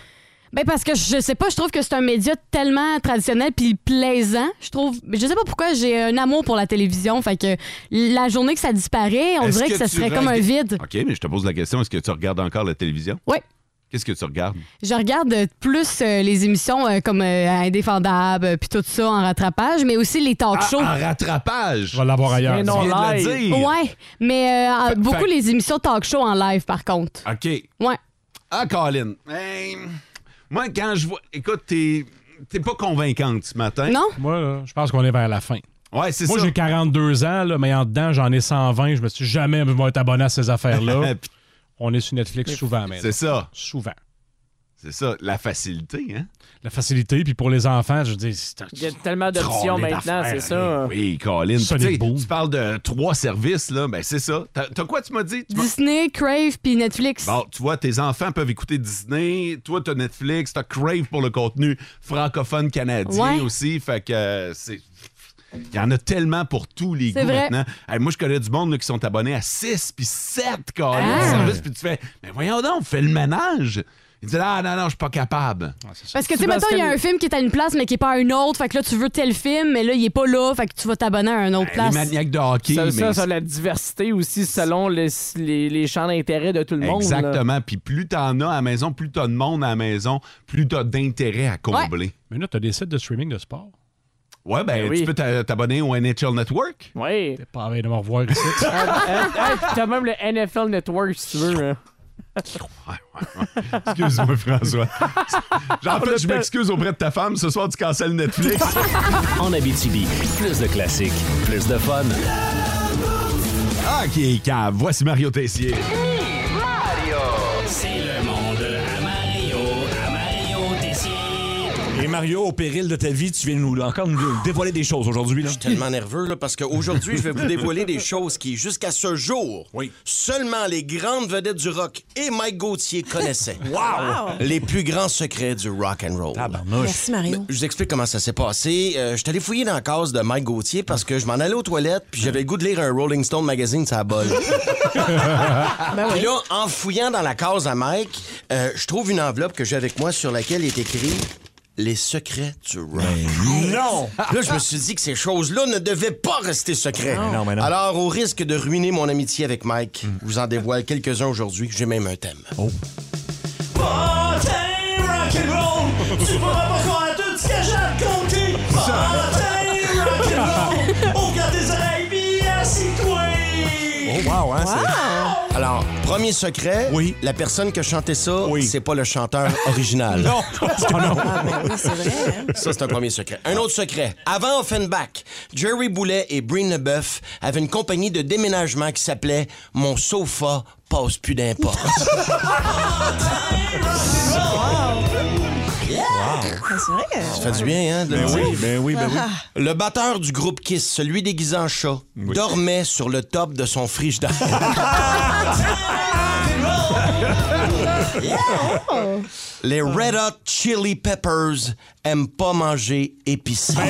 [SPEAKER 4] Ben parce que je sais pas, je trouve que c'est un média tellement traditionnel puis plaisant. Je trouve, je sais pas pourquoi j'ai un amour pour la télévision. Fait que la journée que ça disparaît, on
[SPEAKER 3] Est-ce
[SPEAKER 4] dirait que,
[SPEAKER 3] que
[SPEAKER 4] ça
[SPEAKER 3] tu
[SPEAKER 4] serait comme un
[SPEAKER 3] reg-
[SPEAKER 4] vide.
[SPEAKER 3] OK, mais je te pose la question, est-ce que tu regardes encore la télévision?
[SPEAKER 4] Ouais.
[SPEAKER 3] Qu'est-ce que tu regardes?
[SPEAKER 4] Je regarde euh, plus euh, les émissions euh, comme euh, Indéfendable euh, puis tout ça en rattrapage, mais aussi les talk
[SPEAKER 3] Ah,
[SPEAKER 4] shows.
[SPEAKER 3] en rattrapage!
[SPEAKER 5] Je vais l'avoir ailleurs.
[SPEAKER 6] Mais
[SPEAKER 3] Tu
[SPEAKER 6] non.
[SPEAKER 3] viens de le
[SPEAKER 6] live.
[SPEAKER 3] dire.
[SPEAKER 4] Ouais, mais euh,
[SPEAKER 3] Fait-
[SPEAKER 4] beaucoup
[SPEAKER 3] fait-
[SPEAKER 4] les émissions talk show en live, par contre.
[SPEAKER 3] OK.
[SPEAKER 4] Ouais.
[SPEAKER 3] Ah, Colin. Hey, moi, quand je vois. Écoute, t'es. T'es pas convaincante ce matin.
[SPEAKER 4] Non?
[SPEAKER 5] Moi, là, je pense qu'on est vers la fin.
[SPEAKER 3] Ouais, c'est
[SPEAKER 5] Moi,
[SPEAKER 3] ça.
[SPEAKER 5] j'ai 42 ans, là, mais en dedans, j'en ai 120. Je me suis dit, jamais je vais être abonné à ces affaires-là.
[SPEAKER 3] Puis,
[SPEAKER 5] On est sur Netflix souvent, mais
[SPEAKER 3] c'est ça.
[SPEAKER 5] souvent.
[SPEAKER 3] C'est ça. La facilité, hein?
[SPEAKER 5] La facilité, puis pour les enfants, je dis, c'est un-
[SPEAKER 6] Il y a tellement d'options
[SPEAKER 3] Trollé
[SPEAKER 6] maintenant,
[SPEAKER 3] d'affaires,
[SPEAKER 6] c'est ça.
[SPEAKER 3] hein. Oui, Colin.
[SPEAKER 5] Sonic
[SPEAKER 3] Tu sais,
[SPEAKER 5] Boom.
[SPEAKER 3] Tu parles de trois services, là. Ben, c'est ça. T'as t'as quoi, tu m'as dit? Tu m'as-
[SPEAKER 4] Disney, Crave puis Netflix.
[SPEAKER 3] Bon, tu vois, tes enfants peuvent écouter Disney. Toi, t'as Netflix. T'as Crave pour le contenu francophone canadien
[SPEAKER 4] Ouais.
[SPEAKER 3] aussi. Fait que euh, c'est. Il y en a tellement pour tous les goûts
[SPEAKER 4] C'est vrai.
[SPEAKER 3] maintenant. Hey, moi, je connais du monde là, qui sont abonnés à 6 puis 7 carrés
[SPEAKER 4] Ah.
[SPEAKER 3] service, puis tu fais Mais voyons donc, fais le ménage. Il dit Ah non, non, je suis pas capable.
[SPEAKER 4] Parce que, tu sais,
[SPEAKER 6] C'est
[SPEAKER 4] mettons,
[SPEAKER 6] parce
[SPEAKER 4] il y a
[SPEAKER 6] que-
[SPEAKER 4] un film qui est à une place, mais qui est pas à une autre. Fait que là, tu veux tel film, mais là, il est pas là. Fait que tu vas t'abonner à une autre
[SPEAKER 3] Ben, Les
[SPEAKER 4] place.
[SPEAKER 3] maniaques de hockey.
[SPEAKER 6] Ça,
[SPEAKER 3] mais
[SPEAKER 6] ça, ça, la diversité aussi selon les, les, les champs d'intérêt de tout le monde. là.
[SPEAKER 3] Exactement. Puis plus t'en as à la maison, plus t'as de monde à la maison, plus t'as d'intérêt à combler.
[SPEAKER 5] Mais là, t'as des sites de streaming de sport.
[SPEAKER 3] Ouais, ben,
[SPEAKER 6] Ben oui.
[SPEAKER 3] tu peux t'a- t'abonner au NHL Network.
[SPEAKER 6] Oui. Euh,
[SPEAKER 5] T'es pas à veille de me revoir ici.
[SPEAKER 6] Hey, hey, T'as même le NFL Network si tu veux. hein.
[SPEAKER 3] Excuse-moi, François. en
[SPEAKER 6] On
[SPEAKER 3] fait, je
[SPEAKER 6] appelle-
[SPEAKER 3] m'excuse auprès de ta femme. Ce soir, tu cancelles Netflix.
[SPEAKER 7] En Abitibi, plus de classiques, plus de fun.
[SPEAKER 3] ah, qui est cave. Voici Mario Tessier.
[SPEAKER 7] C'est le monde à Mario, à Mario
[SPEAKER 10] Et Mario, au péril de ta vie, tu viens nous encore nous dévoiler des choses aujourd'hui. là.
[SPEAKER 11] tellement nerveux là, parce qu'aujourd'hui, je vais vous dévoiler des choses qui, jusqu'à ce jour, seulement les grandes vedettes du rock et Mike Gauthier connaissaient.
[SPEAKER 10] Wow!
[SPEAKER 12] Euh,
[SPEAKER 11] Les plus grands secrets du rock and roll.
[SPEAKER 13] Merci, Mario.
[SPEAKER 11] Je vous explique comment ça s'est passé. Euh, je suis allé fouiller dans la case de Mike Gauthier parce que je m'en allais aux toilettes puis j'avais le goût de lire un Rolling Stone magazine ça bol. Puis là, en fouillant dans la case à Mike, euh, je trouve une enveloppe que j'ai avec moi sur laquelle est écrit Les secrets du rock.
[SPEAKER 10] non!
[SPEAKER 11] Là, je me suis dit que ces choses-là ne devaient pas rester secrets.
[SPEAKER 10] Mais non, mais non.
[SPEAKER 11] Alors, au risque de ruiner mon amitié avec Mike, je vous en dévoile quelques-uns aujourd'hui. J'ai même un thème.
[SPEAKER 10] Party rock'n'roll, tu pourras pas croire à tout ce que j'ai raconté. Party rock'n'roll, ouvre tes oreilles puis assis-toi.
[SPEAKER 11] Oh, wow, hein? Alors, premier secret, la personne qui a chanté ça, c'est pas le chanteur original. non! Ça, c'est un premier secret. Un autre secret. Avant Offenbach, Jerry Boulet et Breen Leboeuf avaient une compagnie de déménagement qui s'appelait Mon sofa passe plus d'import.
[SPEAKER 13] C'est vrai que-
[SPEAKER 11] Ça fait du bien, hein? de le
[SPEAKER 10] Ben
[SPEAKER 11] dire. Ah.
[SPEAKER 10] oui, ben oui, ben oui.
[SPEAKER 11] Le batteur du groupe Kiss, celui déguisé en chat, dormait sur le top de son frigidaire. Les Red Hot Chili Peppers aiment pas manger épicé.
[SPEAKER 10] Ben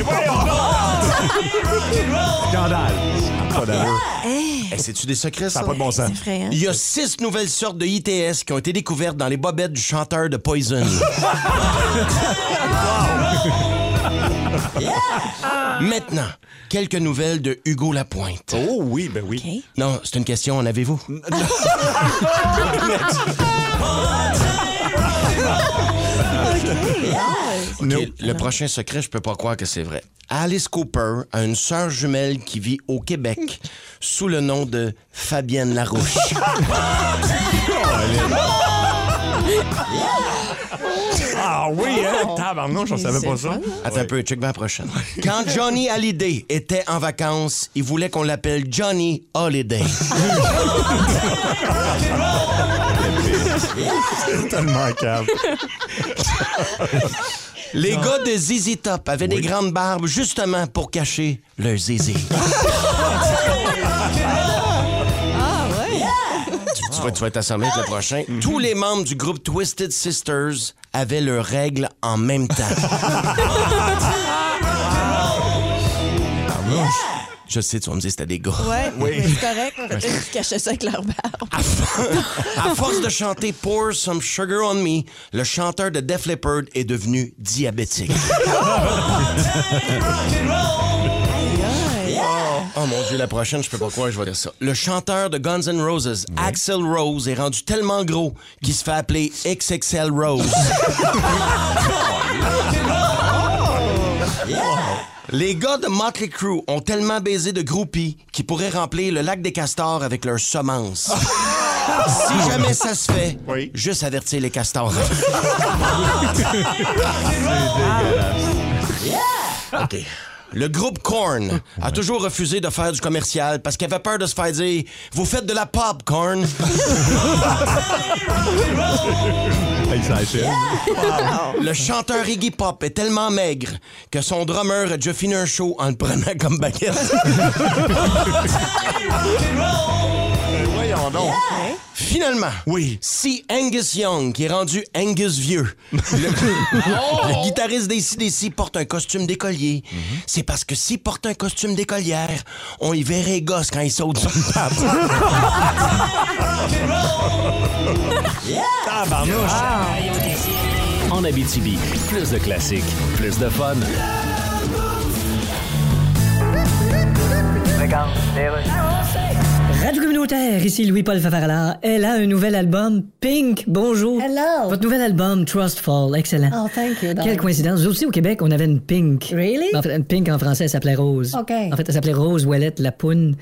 [SPEAKER 11] Hey, Eh, C'est-tu des secrets,
[SPEAKER 10] Ça
[SPEAKER 11] ça?
[SPEAKER 10] n'a pas de bon sens.
[SPEAKER 13] C'est vrai, hein?
[SPEAKER 11] Il y a six nouvelles sortes de ITS qui ont été découvertes dans les bobettes du chanteur de Poison. Ah! Maintenant, quelques nouvelles de Hugo Lapointe.
[SPEAKER 10] Oh oui, ben oui.
[SPEAKER 13] OK.
[SPEAKER 11] Non, c'est une question, en avez-vous?
[SPEAKER 13] OK.
[SPEAKER 11] Ok, Le prochain secret, je peux pas croire que c'est vrai. Alice Cooper a une sœur jumelle qui vit au Québec sous le nom de Fabienne Larouche.
[SPEAKER 10] Ah oui, hein? Tabarnouche, on savait pas
[SPEAKER 13] hein?
[SPEAKER 10] ça.
[SPEAKER 11] Attends un peu, check bien la prochaine. Quand Johnny Hallyday était en vacances, il voulait qu'on l'appelle Johnny Holiday.
[SPEAKER 10] Tellement câble.
[SPEAKER 11] Les gars de ZZ Top avaient des grandes barbes justement pour cacher leur zizi.
[SPEAKER 10] Ah. Ah
[SPEAKER 11] Tu, tu vas, tu vas être assommé avec le prochain. Tous les membres du groupe Twisted Sisters avaient leurs règles en même temps. Je sais, tu vas me dire c'était des gars.
[SPEAKER 13] Ouais, mais c'est correct. Peut-être qu'ils cachaient ça avec leur barbe.
[SPEAKER 11] À force de chanter Pour Some Sugar on Me, le chanteur de Def Leppard est devenu diabétique. Oh mon Dieu, la prochaine, je peux pas croire que je vais dire ça. Le chanteur de Guns N' Roses, Axel Rose, est rendu tellement gros qu'il se fait appeler XXL Rose. Les gars de Motley Crue ont tellement baisé de groupies qu'ils pourraient remplir le lac des castors avec leurs semences. si jamais ça se fait,
[SPEAKER 10] Oui.
[SPEAKER 11] juste avertir les castors. OK. Le groupe Korn a toujours refusé de faire du commercial parce qu'il avait peur de se faire dire Vous faites de la pop, Korn.
[SPEAKER 3] Hey, ça achève.
[SPEAKER 11] Le chanteur Iggy Pop est tellement maigre que son drummer a déjà fini un show en le prenant comme baguette.
[SPEAKER 10] Voyons donc.
[SPEAKER 11] Finalement,
[SPEAKER 10] Oui.
[SPEAKER 11] si Angus Young, qui est rendu Angus Vieux, le,
[SPEAKER 10] Oh!
[SPEAKER 11] le guitariste des CDC porte un costume d'écolier,
[SPEAKER 10] Mhm.
[SPEAKER 11] c'est parce que s'il porte un costume d'écolière, on y verrait gosse quand il saute sur le table.
[SPEAKER 10] Tabarnouche.
[SPEAKER 7] Ah. En Abitibi, plus de classiques, plus de fun.
[SPEAKER 9] Radio Communautaire, ici Louis-Paul Favaralard. Elle a un nouvel album, Pink. Bonjour. Hello. Votre nouvel album, Trust Fall. Excellent.
[SPEAKER 14] Oh, thank you, darling.
[SPEAKER 9] Quelle coïncidence. Nous aussi, au Québec, on avait une Pink. Really? En fait, une Pink en français, elle s'appelait Rose.
[SPEAKER 14] OK. Uh-huh.
[SPEAKER 9] En fait, elle s'appelait Rose Ouellette Lapoune.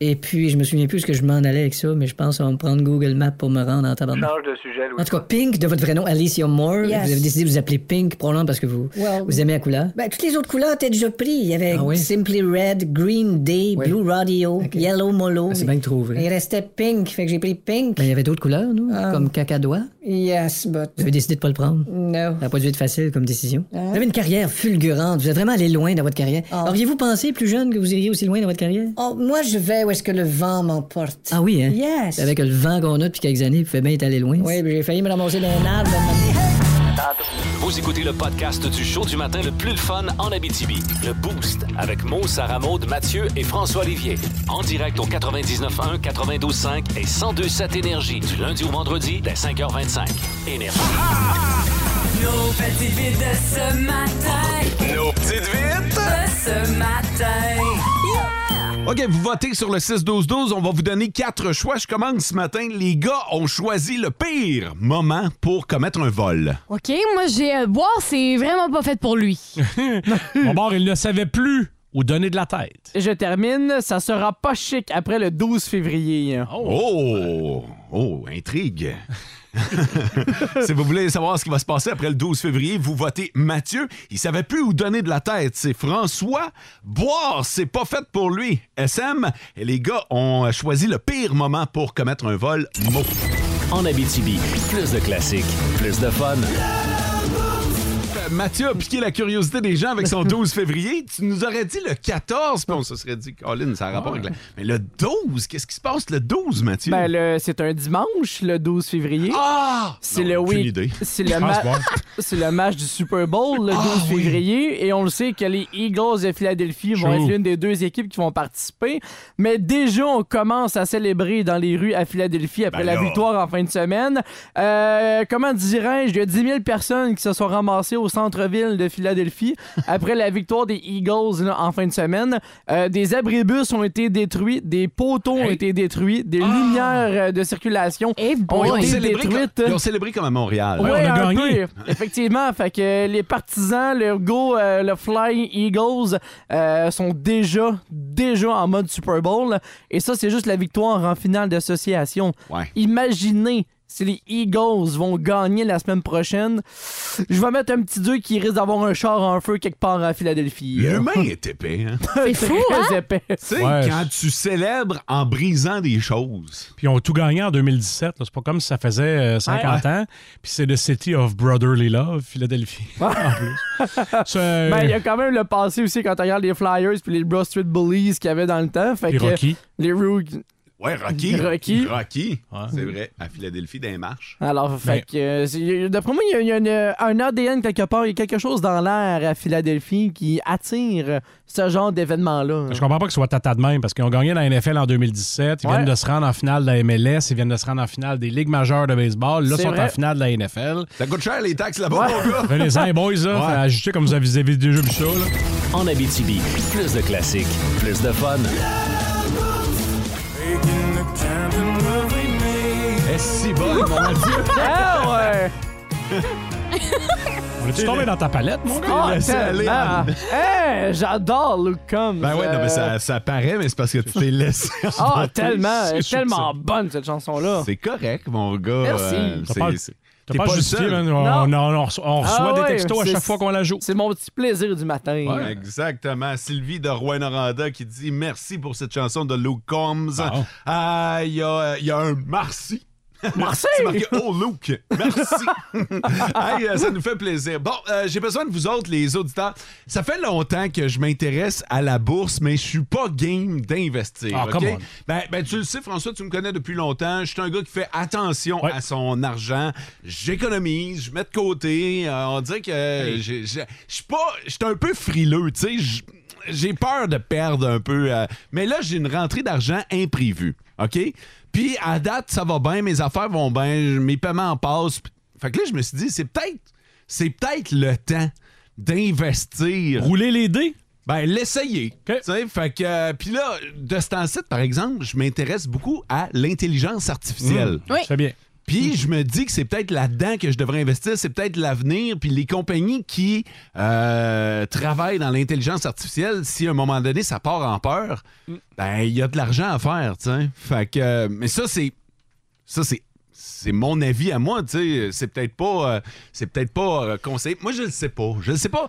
[SPEAKER 9] Et puis, je me souviens plus ce que je m'en allais avec ça, mais je pense qu'on va me prendre Google Maps pour me rendre en tabarnak.
[SPEAKER 15] de sujet,
[SPEAKER 9] En tout cas, Pink, de votre vrai nom, Alicia Moore.
[SPEAKER 14] Yes.
[SPEAKER 9] Vous avez décidé de vous appeler Pink, probablement parce que vous,
[SPEAKER 14] Well,
[SPEAKER 9] vous aimez la couleur.
[SPEAKER 14] Ben, toutes les autres couleurs étaient déjà prises. Il y avait
[SPEAKER 9] Ah oui?
[SPEAKER 14] Simply Red, Green Day, Blue Radio, Yellow Molo.
[SPEAKER 9] Ben, c'est bien
[SPEAKER 14] Et
[SPEAKER 9] trouvé.
[SPEAKER 14] Il restait Pink, fait que j'ai pris Pink.
[SPEAKER 9] Ben, il y avait d'autres couleurs, nous,
[SPEAKER 14] Ah.
[SPEAKER 9] comme cacadois.
[SPEAKER 14] Yes, but
[SPEAKER 9] Vous avez décidé de pas le prendre.
[SPEAKER 14] no.
[SPEAKER 9] Ça n'a pas dû être facile comme décision.
[SPEAKER 14] Ah.
[SPEAKER 9] Vous avez une carrière fulgurante. Vous êtes vraiment allé loin dans votre carrière. Auriez-vous pensé, plus jeune, que vous iriez aussi loin dans votre carrière?
[SPEAKER 14] Oh, moi, je vais où est-ce que le vent m'emporte.
[SPEAKER 9] Ah oui, hein?
[SPEAKER 14] Yes.
[SPEAKER 9] Avec le vent qu'on a depuis quelques années, vous pouvez bien être allé loin.
[SPEAKER 14] Oui, puis j'ai failli me ramasser dans un arbre.
[SPEAKER 2] Vous écoutez le podcast du show du matin le plus le fun en Abitibi. Le Boost avec Mo, Sarah Maud, Mathieu et François Olivier. En direct au 99.1, 92.5 et 102.7 Énergie du lundi au vendredi dès 5h25. Énergie.
[SPEAKER 10] Nos petites vites de ce matin. Nos petites vites de ce matin.
[SPEAKER 3] OK, vous votez sur le 6-12-12. On va vous donner quatre choix. Je commence ce matin. Les gars ont choisi le pire moment pour commettre un vol.
[SPEAKER 4] OK, moi, j'ai. euh, boire, c'est vraiment pas fait pour lui.
[SPEAKER 5] Mon bord, il ne savait plus où donner de la tête.
[SPEAKER 6] Je termine, ça sera pas chic après le 12 février. hein.
[SPEAKER 3] Oh! Oh, intrigue! si vous voulez savoir ce qui va se passer après le 12 février, vous votez Mathieu. Il savait plus où donner de la tête. C'est François. Boire, c'est pas fait pour lui. SM, et les gars ont choisi le pire moment pour commettre un vol. Mot.
[SPEAKER 7] En Abitibi, plus de classiques, plus de fun.
[SPEAKER 3] Euh, Mathieu a piqué la curiosité des gens avec son 12 février. Tu nous aurais dit le 14, puis on se serait dit, Colin, ça a rapport avec la... Mais le 12, qu'est-ce qui se passe le 12, Mathieu?
[SPEAKER 6] Ben, le- c'est un dimanche, le 12 février.
[SPEAKER 3] Ah!
[SPEAKER 6] C'est
[SPEAKER 3] Non,
[SPEAKER 6] le
[SPEAKER 3] aucune
[SPEAKER 6] week-
[SPEAKER 3] idée. Ah,
[SPEAKER 6] C'est
[SPEAKER 3] Je
[SPEAKER 6] le,
[SPEAKER 3] pense
[SPEAKER 6] ma-
[SPEAKER 3] pas.
[SPEAKER 6] c'est le match du Super Bowl, le 12 février. Et on le sait que les Eagles de Philadelphie vont
[SPEAKER 5] True.
[SPEAKER 6] être l'une des deux équipes qui vont participer. Mais déjà, on commence à célébrer dans les rues à Philadelphie après
[SPEAKER 5] Ben
[SPEAKER 6] la
[SPEAKER 5] là.
[SPEAKER 6] victoire en fin de semaine. Euh, comment dirais-je, il y a 10 000 personnes qui se sont ramassées au centre-ville de Philadelphie après la victoire des Eagles là, en fin de semaine. Euh, des abribus ont été détruits, des poteaux ont été détruits, des lumières euh, de circulation
[SPEAKER 3] Ils
[SPEAKER 6] ont
[SPEAKER 3] ont,
[SPEAKER 6] été
[SPEAKER 3] célébré
[SPEAKER 6] détruites. hein.
[SPEAKER 3] comme, ils ont célébré comme à Montréal.
[SPEAKER 6] Ouais, un peu. Effectivement, fait que euh, les partisans, le go, euh, le Flying Eagles euh, sont déjà, déjà en mode Super Bowl. Et ça, c'est juste la victoire en finale d'association. Imaginez si les Eagles vont gagner la semaine prochaine. Je vais mettre un petit dieu qui risque d'avoir un char en feu quelque part à Philadelphie.
[SPEAKER 3] L'humain est épais. Hein?
[SPEAKER 6] C'est fou, hein? Très épais.
[SPEAKER 3] Tu sais,
[SPEAKER 5] Ouais.
[SPEAKER 3] quand tu célèbres en brisant des choses.
[SPEAKER 5] Puis ils ont tout gagné en 2017. là. C'est pas comme si ça faisait euh, 50 ans. Puis c'est le City of Brotherly Love, Philadelphie. en plus. C'est-
[SPEAKER 6] Ben, il y a quand même le passé aussi quand on regarde les Flyers puis les Bro Street Bullies qu'il y avait dans le temps. Fait
[SPEAKER 5] Les
[SPEAKER 6] que-
[SPEAKER 5] Rockies.
[SPEAKER 6] Les Rookies.
[SPEAKER 3] Ouais, Rocky.
[SPEAKER 6] Rocky.
[SPEAKER 3] Rocky. C'est vrai. À Philadelphie, des marches.
[SPEAKER 5] Ben.
[SPEAKER 6] Alors, fait que, euh, c'est- y a- d'après moi, il y a- il y a, une- euh, un ADN quelque part, il y a quelque chose dans l'air à Philadelphie qui attire ce genre d'événement-là.
[SPEAKER 5] Je comprends pas qu'ils soient tata de même parce qu'ils ont gagné la NFL en 2017. Ils
[SPEAKER 6] Ouais.
[SPEAKER 5] viennent de se rendre en finale de la MLS. Ils viennent de se rendre en finale des Ligues majeures de baseball. Là, ils
[SPEAKER 6] C'est
[SPEAKER 5] sont
[SPEAKER 6] vrai.
[SPEAKER 5] en finale de la NFL.
[SPEAKER 3] Ça coûte cher, les taxes là-bas, mon gars.
[SPEAKER 5] les uns, boys, là,
[SPEAKER 7] Ouais.
[SPEAKER 5] fait ajuster comme vous avez vous avez déjà vu ça. là.
[SPEAKER 7] En Abitibi, plus de classiques, plus de fun.
[SPEAKER 3] Eh, si bon, mon Dieu.
[SPEAKER 6] Ah ouais!
[SPEAKER 5] Voulais-tu tomber dans ta palette, mon gars?
[SPEAKER 6] Ah, tellement. Hey, j'adore Luke Combs.
[SPEAKER 3] Ben ouais, non, mais ça, ça paraît, mais c'est parce que tu t'es laissé.
[SPEAKER 6] Ah,
[SPEAKER 3] emporter.
[SPEAKER 6] tellement,
[SPEAKER 3] Je
[SPEAKER 6] elle est
[SPEAKER 3] trouve
[SPEAKER 6] tellement
[SPEAKER 3] ça-
[SPEAKER 6] bonne cette chanson-là.
[SPEAKER 3] C'est correct, mon gars. euh,
[SPEAKER 6] Merci. T'as
[SPEAKER 3] c'est-
[SPEAKER 5] pas-
[SPEAKER 3] c'est-
[SPEAKER 5] T'as
[SPEAKER 3] t'es
[SPEAKER 5] pas
[SPEAKER 3] le
[SPEAKER 5] justifié,
[SPEAKER 3] seul.
[SPEAKER 5] man. On, hein, on- on reçoit euh, on reçoit
[SPEAKER 6] Ah
[SPEAKER 5] des
[SPEAKER 6] ouais,
[SPEAKER 5] textos à
[SPEAKER 6] c'est-
[SPEAKER 5] chaque fois qu'on la joue.
[SPEAKER 6] C'est mon petit plaisir du matin.
[SPEAKER 3] Ouais, Exactement. Sylvie de Rouen-Noranda qui dit merci pour cette chanson de Luke Combs. Ah, Il y, a, il y a un merci.
[SPEAKER 6] Merci!
[SPEAKER 3] C'est marqué Oh Luke! Merci! Hey, euh, ça nous fait plaisir. Bon, euh, j'ai besoin de vous autres, les auditeurs. Ça fait longtemps que je m'intéresse à la bourse, mais je suis pas game d'investir.
[SPEAKER 5] Ah,
[SPEAKER 3] OK?
[SPEAKER 5] come on.
[SPEAKER 3] Ben, ben, tu le sais, François, tu me connais depuis longtemps. Je suis un gars qui fait attention à son argent. J'économise, je mets de côté. Euh, on dirait que j'ai- j'ai- je suis pas. Je suis un peu frileux, tu sais. Je- J'ai peur de perdre un peu. euh, mais là, j'ai une rentrée d'argent imprévue. OK? Puis à date, ça va bien, mes affaires vont bien, je- mes paiements en passent. Fait que là, je me suis dit, c'est peut-être. C'est peut-être le temps d'investir.
[SPEAKER 5] Rouler les dés?
[SPEAKER 3] Ben, l'essayer. Tu sais, Fait que. euh, Puis là, de ce temps-ci, par exemple, je m'intéresse beaucoup à l'intelligence artificielle.
[SPEAKER 5] Mmh. Oui. Très bien.
[SPEAKER 3] Puis je me dis que c'est peut-être là-dedans que je devrais investir, c'est peut-être l'avenir. Puis les compagnies qui euh, travaillent dans l'intelligence artificielle, si à un moment donné ça part en peur, ben il y a de l'argent à faire, tu sais. Fait que, euh, mais ça c'est, ça c'est, c'est mon avis à moi, tu sais. C'est peut-être pas, euh, c'est peut-être pas euh, conseillé. Moi je le sais pas, je le sais pas.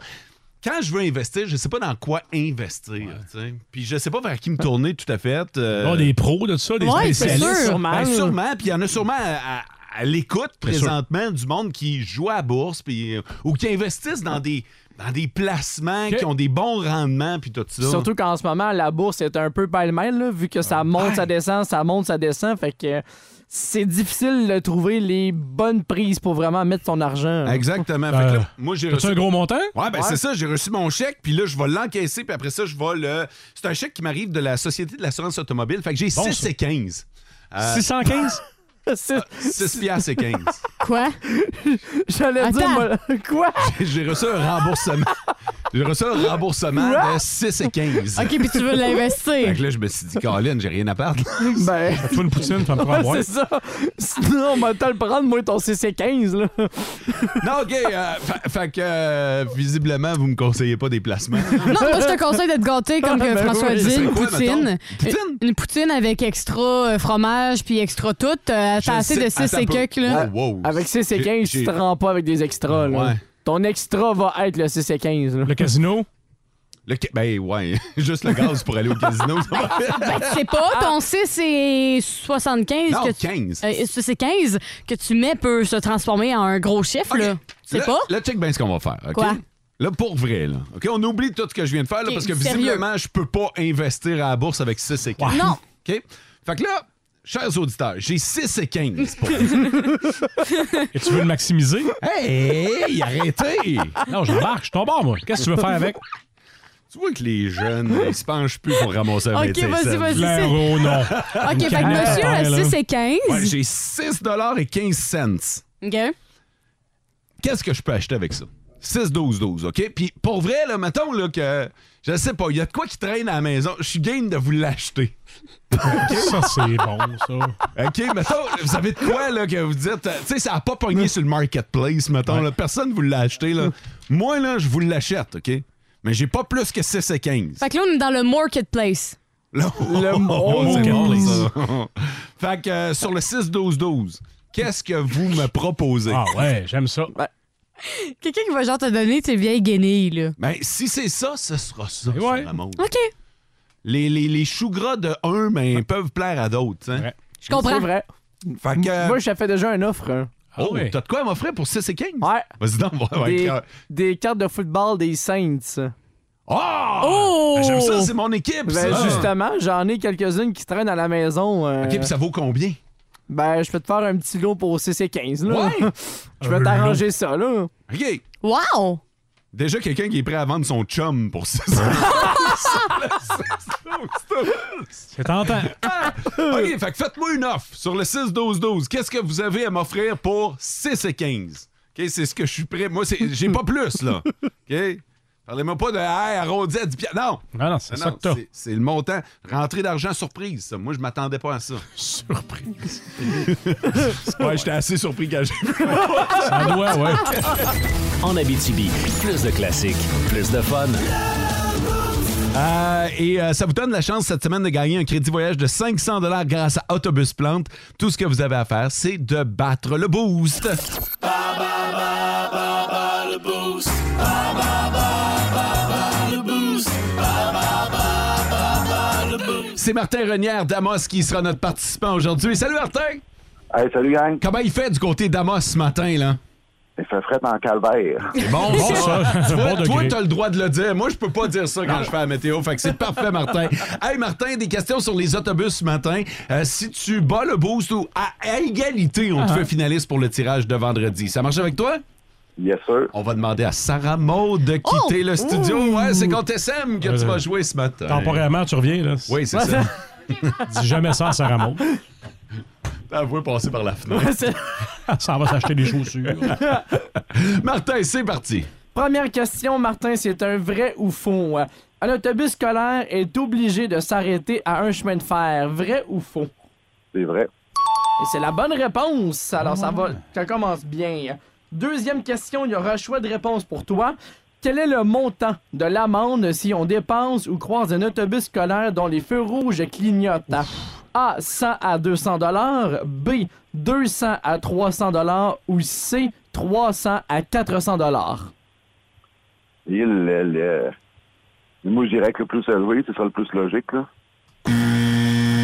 [SPEAKER 3] Quand je veux investir, je sais pas dans quoi investir, tu sais. Puis je sais pas vers qui me tourner tout à fait. euh.
[SPEAKER 5] Bon, des pros de ça, des Ouais, c'est spécialistes. sûr.
[SPEAKER 3] Ben,
[SPEAKER 5] Sûrement.
[SPEAKER 3] sûrement. Puis il y en a sûrement à, à- à l'écoute
[SPEAKER 5] C'est sûr.
[SPEAKER 3] présentement du monde qui joue à la bourse puis, euh, ou qui investissent dans des, dans des placements qui ont des bons rendements puis tout ça.
[SPEAKER 6] Surtout qu'en ce moment, la bourse est un peu pêle-mêle, là, vu que ça monte, ça descend, ça monte, ça descend. Fait que euh, c'est difficile de trouver les bonnes prises pour vraiment mettre son argent.
[SPEAKER 3] Exactement. Fait que là, moi, j'ai
[SPEAKER 5] Ben, t'as-tu
[SPEAKER 3] reçu-
[SPEAKER 5] un gros montant?
[SPEAKER 3] Ouais, ben
[SPEAKER 5] Ouais.
[SPEAKER 3] c'est ça. J'ai reçu mon chèque, puis là, je vais l'encaisser, puis après ça, je vais le. C'est un chèque qui m'arrive de la Société de l'assurance automobile. Fait que j'ai
[SPEAKER 5] Bon,
[SPEAKER 3] 6
[SPEAKER 5] ça.
[SPEAKER 3] et 15.
[SPEAKER 5] 615?
[SPEAKER 3] 6 piastres et 15.
[SPEAKER 4] Quoi?
[SPEAKER 6] J'allais
[SPEAKER 4] Attends.
[SPEAKER 6] dire, moi, quoi?
[SPEAKER 3] J'ai reçu un remboursement. J'ai reçu un remboursement
[SPEAKER 6] Quoi?
[SPEAKER 3] de 6 et 15.
[SPEAKER 4] OK, puis tu veux l'investir.
[SPEAKER 3] Fait que là, je me suis dit, Colin, j'ai rien à perdre.
[SPEAKER 6] Ben.
[SPEAKER 5] Fais une poutine, fais un
[SPEAKER 6] Ouais,
[SPEAKER 5] pourboire.
[SPEAKER 6] c'est ça. Sinon, on va te le prendre, moi, ton CC15, là.
[SPEAKER 3] Non, OK. euh, fa- fait que, euh, visiblement, vous me conseillez pas des placements.
[SPEAKER 4] Non, moi, je te conseille de te gâter, comme que
[SPEAKER 3] Ben
[SPEAKER 4] François
[SPEAKER 3] oui,
[SPEAKER 4] dit,
[SPEAKER 3] c'est
[SPEAKER 4] une
[SPEAKER 3] quoi,
[SPEAKER 4] poutine.
[SPEAKER 3] mettons?
[SPEAKER 4] Une, une poutine avec extra euh, fromage puis extra tout. Euh,
[SPEAKER 6] Je
[SPEAKER 4] T'as assez
[SPEAKER 6] sais-
[SPEAKER 4] de 6
[SPEAKER 6] attends
[SPEAKER 4] et
[SPEAKER 6] un peu.
[SPEAKER 4] quelques, là.
[SPEAKER 3] Wow, wow.
[SPEAKER 6] Avec
[SPEAKER 3] J'ai-
[SPEAKER 6] CC15,
[SPEAKER 3] j'ai-
[SPEAKER 6] tu te rends pas avec des extras, là.
[SPEAKER 3] Ouais.
[SPEAKER 6] Ton extra va être le CC15, là.
[SPEAKER 5] Le casino?
[SPEAKER 3] Le ca- ben, ouais. Juste le gaz pour aller au casino. ça va.
[SPEAKER 4] Ben, tu sais pas, ton 6 et 75.
[SPEAKER 3] Non,
[SPEAKER 4] que tu-
[SPEAKER 3] 15.
[SPEAKER 4] Euh, ce- c'est 15 que tu mets peut se transformer en un gros chiffre, là. Tu sais
[SPEAKER 3] Là-
[SPEAKER 4] pas?
[SPEAKER 3] Là, check bien ce qu'on va faire. OK?
[SPEAKER 4] Quoi?
[SPEAKER 3] Là, pour vrai, là. OK, on oublie tout ce que je viens de faire, là,
[SPEAKER 4] OK,
[SPEAKER 3] parce que
[SPEAKER 4] sérieux.
[SPEAKER 3] visiblement, je peux pas investir à la bourse avec 6 et 15.
[SPEAKER 4] Non.
[SPEAKER 3] OK? Fait que là, chers auditeurs, j'ai 6 et 15 pour
[SPEAKER 5] Et tu veux le maximiser?
[SPEAKER 3] Hey, arrêtez!
[SPEAKER 5] Non, j'embarque, je tombe en moi. Qu'est-ce que tu veux faire avec?
[SPEAKER 3] Tu vois que les jeunes, ils se penchent plus pour ramasser un
[SPEAKER 4] Ok,
[SPEAKER 3] 25
[SPEAKER 4] vas-y,
[SPEAKER 3] cents.
[SPEAKER 4] vas-y, Clair, c'est- oh non. OK, fait que monsieur a 6 et 15.
[SPEAKER 3] Ouais, j'ai 6 et 15 cents.
[SPEAKER 4] OK.
[SPEAKER 3] Qu'est-ce que je peux acheter avec ça? 6, 12, 12, OK? Puis pour vrai, là, mettons là, que, je sais pas, il y a de quoi qui traîne à la maison. Je suis game de vous l'acheter.
[SPEAKER 5] Ça, c'est bon, ça.
[SPEAKER 3] OK, mettons, vous avez de quoi là, que vous dites, euh, tu sais, ça a pas pogné sur le marketplace, mettons, là, personne vous l'a acheté. Là. Moi, là, je vous l'achète, OK? Mais j'ai pas plus que 6 et Oh, 15.
[SPEAKER 4] Fait que là, on est dans le marketplace.
[SPEAKER 3] Le
[SPEAKER 4] mot.
[SPEAKER 3] Fait que euh, sur le 6-12-12, qu'est-ce que vous me proposez?
[SPEAKER 5] Ah ouais, j'aime ça.
[SPEAKER 4] Quelqu'un qui va genre te donner tes vieilles guenilles, là.
[SPEAKER 3] Ben, si c'est ça, ce sera ça, sur la montre.
[SPEAKER 4] OK.
[SPEAKER 3] Les, les, les choux gras de un, mais ils peuvent plaire à d'autres. hein.
[SPEAKER 4] Je comprends.
[SPEAKER 6] C'est vrai.
[SPEAKER 3] Fait que- euh,
[SPEAKER 6] Moi, je fait déjà une offre. hein.
[SPEAKER 3] Oh, t'as de quoi à m'offrir pour 6 et 15?
[SPEAKER 6] Ouais.
[SPEAKER 3] Vas-y donc, on va-
[SPEAKER 6] des,
[SPEAKER 3] va-
[SPEAKER 6] des cartes de football des Saints.
[SPEAKER 3] Ah!
[SPEAKER 4] Oh!
[SPEAKER 3] Ben, J'aime ça, c'est mon équipe,
[SPEAKER 6] Ben,
[SPEAKER 3] ça.
[SPEAKER 6] justement, j'en ai quelques-unes qui traînent à la maison. euh,
[SPEAKER 3] OK, puis ça vaut combien?
[SPEAKER 6] Ben, je peux te faire un petit lot pour CC15, là.
[SPEAKER 3] Ouais.
[SPEAKER 6] je vais
[SPEAKER 3] Un
[SPEAKER 6] t'arranger ça, là.
[SPEAKER 3] OK.
[SPEAKER 4] Wow!
[SPEAKER 3] Déjà, quelqu'un qui est prêt à vendre son chum pour 6 et 15.
[SPEAKER 5] C'est tentant.
[SPEAKER 3] Ah! OK, fait que faites-moi une offre sur le 6-12-12. Qu'est-ce que vous avez à m'offrir pour 6 et 15? OK, c'est ce que je suis prêt. Moi, c'est- j'ai pas plus, là. OK? Parlez-moi pas de hey, arrondi à 10 piastres. Non!
[SPEAKER 5] Non, non, c'est ça que t'as.
[SPEAKER 3] c'est- C'est le montant. Rentrée d'argent surprise, ça. Moi, je m'attendais pas à ça.
[SPEAKER 5] Surprise.
[SPEAKER 3] ouais, j'étais assez surpris quand j'ai vu.
[SPEAKER 5] Ça doit, ouais.
[SPEAKER 7] En Abitibi, plus de classiques, plus de fun.
[SPEAKER 3] Euh, et euh, ça vous donne la chance cette semaine de gagner un crédit voyage de 500 grâce à Autobus Plante. Tout ce que vous avez à faire, c'est de battre le boost.
[SPEAKER 10] le boost. Ba, ba, ba, ba, ba, le boost. Ba, ba, ba, ba, ba, le boost.
[SPEAKER 3] C'est Martin Renière d'Amos qui sera notre participant aujourd'hui. Salut Martin!
[SPEAKER 15] Hey, salut gang.
[SPEAKER 3] Comment il fait du côté d'Amos ce matin, là?
[SPEAKER 15] Il fait fret en calvaire.
[SPEAKER 3] C'est bon,
[SPEAKER 5] Bon, ça, c'est
[SPEAKER 3] Tu
[SPEAKER 5] un
[SPEAKER 3] vois,
[SPEAKER 5] bon
[SPEAKER 3] toi,
[SPEAKER 5] degré.
[SPEAKER 3] t'as le droit de le dire. Moi, je peux pas dire ça quand je fais la météo. Fait que c'est parfait, Martin. Hey, Martin, des questions sur les autobus ce matin. Euh, si tu bats le boost ou à égalité, on te
[SPEAKER 15] Ah.
[SPEAKER 3] fait finaliste pour le tirage de vendredi. Ça marche avec toi?
[SPEAKER 15] Yes, sir.
[SPEAKER 3] On va demander à Sarah Maud de
[SPEAKER 15] Oh!
[SPEAKER 3] quitter le studio.
[SPEAKER 15] Ouh!
[SPEAKER 3] Ouais, c'est contre SM que
[SPEAKER 5] Ouais,
[SPEAKER 3] tu vas
[SPEAKER 5] ouais.
[SPEAKER 3] jouer ce matin.
[SPEAKER 5] Temporairement, tu reviens, là.
[SPEAKER 3] Oui, c'est
[SPEAKER 5] Ouais,
[SPEAKER 3] ça.
[SPEAKER 5] Dis jamais ça à Sarah Maud.
[SPEAKER 3] T'as avoué passer par la
[SPEAKER 6] Ouais,
[SPEAKER 3] fenêtre.
[SPEAKER 6] c'est-
[SPEAKER 5] Ça va s'acheter des chaussures.
[SPEAKER 3] Martin, c'est parti.
[SPEAKER 6] Première question, Martin, c'est un vrai ou faux? Un autobus scolaire est obligé de s'arrêter à un chemin de fer. Vrai ou faux?
[SPEAKER 15] C'est vrai.
[SPEAKER 6] Et c'est la bonne réponse. Alors, ça va, ça commence bien. Deuxième question, il y aura un choix de réponse pour toi. Quel est le montant de l'amende si on dépense ou croise un autobus scolaire dont les feux rouges clignotent? A. 100 à 200 dollars. B. 200 à 300 dollars. Ou C. 300 à 400 dollars.
[SPEAKER 15] Il est le... Moi, je dirais que le plus élevé, c'est ça le plus logique, là.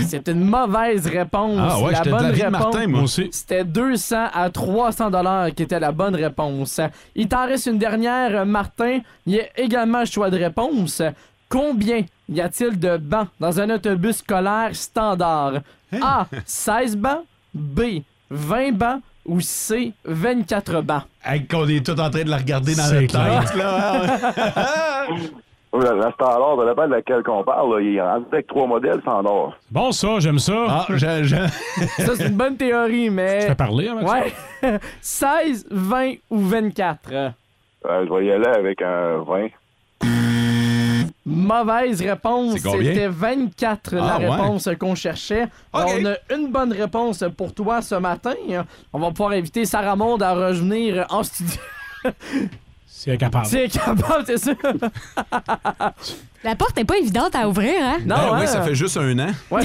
[SPEAKER 6] C'est une mauvaise réponse.
[SPEAKER 15] Ah ouais,
[SPEAKER 6] la
[SPEAKER 15] j'étais de
[SPEAKER 6] bonne
[SPEAKER 15] l'avis de
[SPEAKER 6] réponse,
[SPEAKER 15] Martin, moi aussi.
[SPEAKER 6] C'était 200 à 300 dollars qui était la bonne réponse. Il t'en reste une dernière, Martin. Il y a également un choix de réponse. Combien y a-t-il de bancs dans un autobus scolaire standard? A. 16 bancs. B. 20 bancs. Ou C. 24 bancs.
[SPEAKER 3] Hey, qu'on est tout en train de la regarder dans la
[SPEAKER 6] C'est
[SPEAKER 3] tête,
[SPEAKER 6] clair.
[SPEAKER 3] là. hein, ouais.
[SPEAKER 15] Oh, La, la Star Lord, la belle de laquelle qu'on parle, là, il est rendu avec trois modèles sans or.
[SPEAKER 5] Bon, ça, j'aime ça. Ah,
[SPEAKER 6] Ça, c'est une bonne théorie, mais. Tu hein,
[SPEAKER 5] fais parler avec
[SPEAKER 6] Ouais. 16, 20 ou 24?
[SPEAKER 15] Euh, je vais y aller avec un 20.
[SPEAKER 6] Mauvaise réponse.
[SPEAKER 15] C'est combien?
[SPEAKER 6] C'était 24 la
[SPEAKER 15] Ah, ouais.
[SPEAKER 6] réponse qu'on cherchait. Alors, on a une bonne réponse pour toi ce matin. On va pouvoir inviter Sarah Monde à revenir en studio.
[SPEAKER 5] Si elle est capable.
[SPEAKER 6] C'est capable, c'est ça.
[SPEAKER 4] La porte n'est pas évidente à ouvrir, hein?
[SPEAKER 3] Ben
[SPEAKER 6] Non,
[SPEAKER 3] oui,
[SPEAKER 6] hein?
[SPEAKER 3] ça fait juste un an.
[SPEAKER 6] Ouais.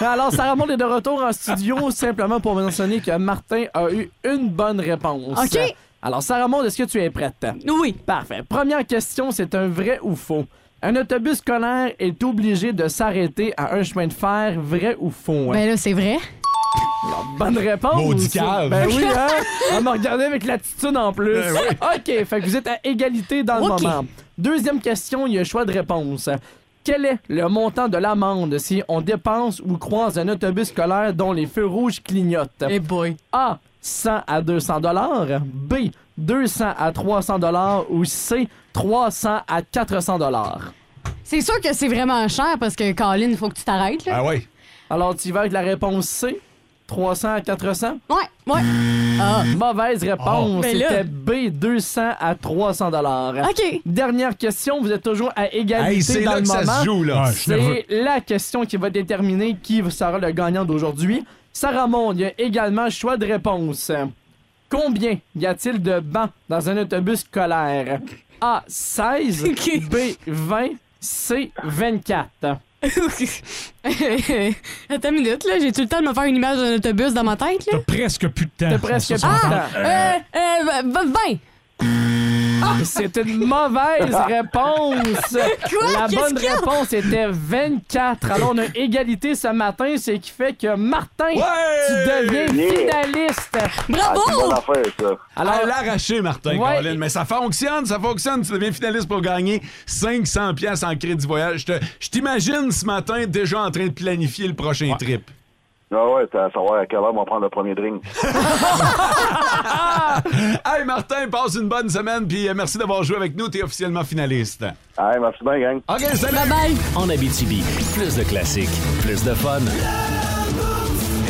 [SPEAKER 6] Alors, Sarah Monde est de retour en studio simplement pour mentionner que Martin a eu une bonne réponse.
[SPEAKER 4] OK.
[SPEAKER 6] Alors, Sarah Monde, est-ce que tu es prête?
[SPEAKER 4] Oui.
[SPEAKER 6] Parfait. Première question, c'est un vrai ou faux? Un autobus scolaire est obligé de s'arrêter à un chemin de fer, vrai ou faux? hein?
[SPEAKER 4] Ben là, c'est vrai.
[SPEAKER 6] Bonne réponse.
[SPEAKER 4] Maudit cave.
[SPEAKER 6] Ben oui, hein? On m'a regardé avec l'attitude en plus.
[SPEAKER 4] Ben
[SPEAKER 6] OK, fait que vous êtes à égalité dans
[SPEAKER 4] OK.
[SPEAKER 6] le moment. Deuxième question, il y a un choix de réponse. Quel est le montant de l'amende si on dépense ou croise un autobus scolaire dont les feux rouges clignotent? A. 100 à 200 dollars. B. 200 à 300 dollars. Ou C. 300 à 400 dollars.
[SPEAKER 4] C'est sûr que c'est vraiment cher parce que, Colin, il faut que tu t'arrêtes, là.
[SPEAKER 3] Ah ouais.
[SPEAKER 6] Alors, tu y vas avec la réponse C. 300 à 400?
[SPEAKER 4] Ouais, ouais.
[SPEAKER 6] Ah, mauvaise réponse.
[SPEAKER 4] Oh. Mais là-
[SPEAKER 6] C'était B, 200 à 300 dollars.
[SPEAKER 4] OK.
[SPEAKER 6] Dernière question, vous êtes toujours à égalité
[SPEAKER 3] Hey, c'est
[SPEAKER 6] dans
[SPEAKER 3] là
[SPEAKER 6] le
[SPEAKER 3] que ça se
[SPEAKER 6] moment.
[SPEAKER 3] joue, là. Ouais, je suis nerveux.
[SPEAKER 6] c'est la question qui va déterminer qui sera le gagnant d'aujourd'hui. Sarah Monde, il y a également un choix de réponse. Combien y a-t-il de bancs dans un autobus scolaire? A, 16. B, 20. C, 24.
[SPEAKER 4] Ah. Attends une minute, là. J'ai-tu le temps de me faire une image d'un autobus dans ma tête, là?
[SPEAKER 5] Presque plus de temps.
[SPEAKER 6] T'as
[SPEAKER 5] Ça,
[SPEAKER 6] presque
[SPEAKER 5] ça,
[SPEAKER 6] plus de
[SPEAKER 5] ça,
[SPEAKER 6] temps. Ah,
[SPEAKER 5] ça.
[SPEAKER 4] Euh, euh, ben, ben, ben.
[SPEAKER 3] Ah,
[SPEAKER 4] Ah,
[SPEAKER 6] C'est une mauvaise réponse.
[SPEAKER 4] Quoi?
[SPEAKER 6] La
[SPEAKER 4] Qu'est-ce
[SPEAKER 6] bonne
[SPEAKER 4] qu'il y a?
[SPEAKER 6] réponse était 24. Alors, on a égalité ce matin, ce qui fait que Martin, tu deviens
[SPEAKER 3] Yeah.
[SPEAKER 6] finaliste.
[SPEAKER 3] Ah, c'est une bonne affaire, ça.
[SPEAKER 6] Alors-
[SPEAKER 3] à l'arraché, Martin,
[SPEAKER 6] Ouais.
[SPEAKER 3] Colin, mais ça fonctionne, ça fonctionne. Tu deviens finaliste pour gagner 500 pièces en crédit voyage. Je te- je t'imagine ce matin déjà en train de planifier le prochain trip.
[SPEAKER 15] Ah ouais, c'est à savoir à quelle heure on va prendre le premier drink.
[SPEAKER 6] Ah.
[SPEAKER 3] hey, Martin, passe une bonne semaine, puis euh, merci d'avoir joué avec nous. T'es officiellement finaliste.
[SPEAKER 15] Hey, merci bien, gang.
[SPEAKER 3] OK, salut!
[SPEAKER 7] En Abitibi, plus de classiques, plus de fun.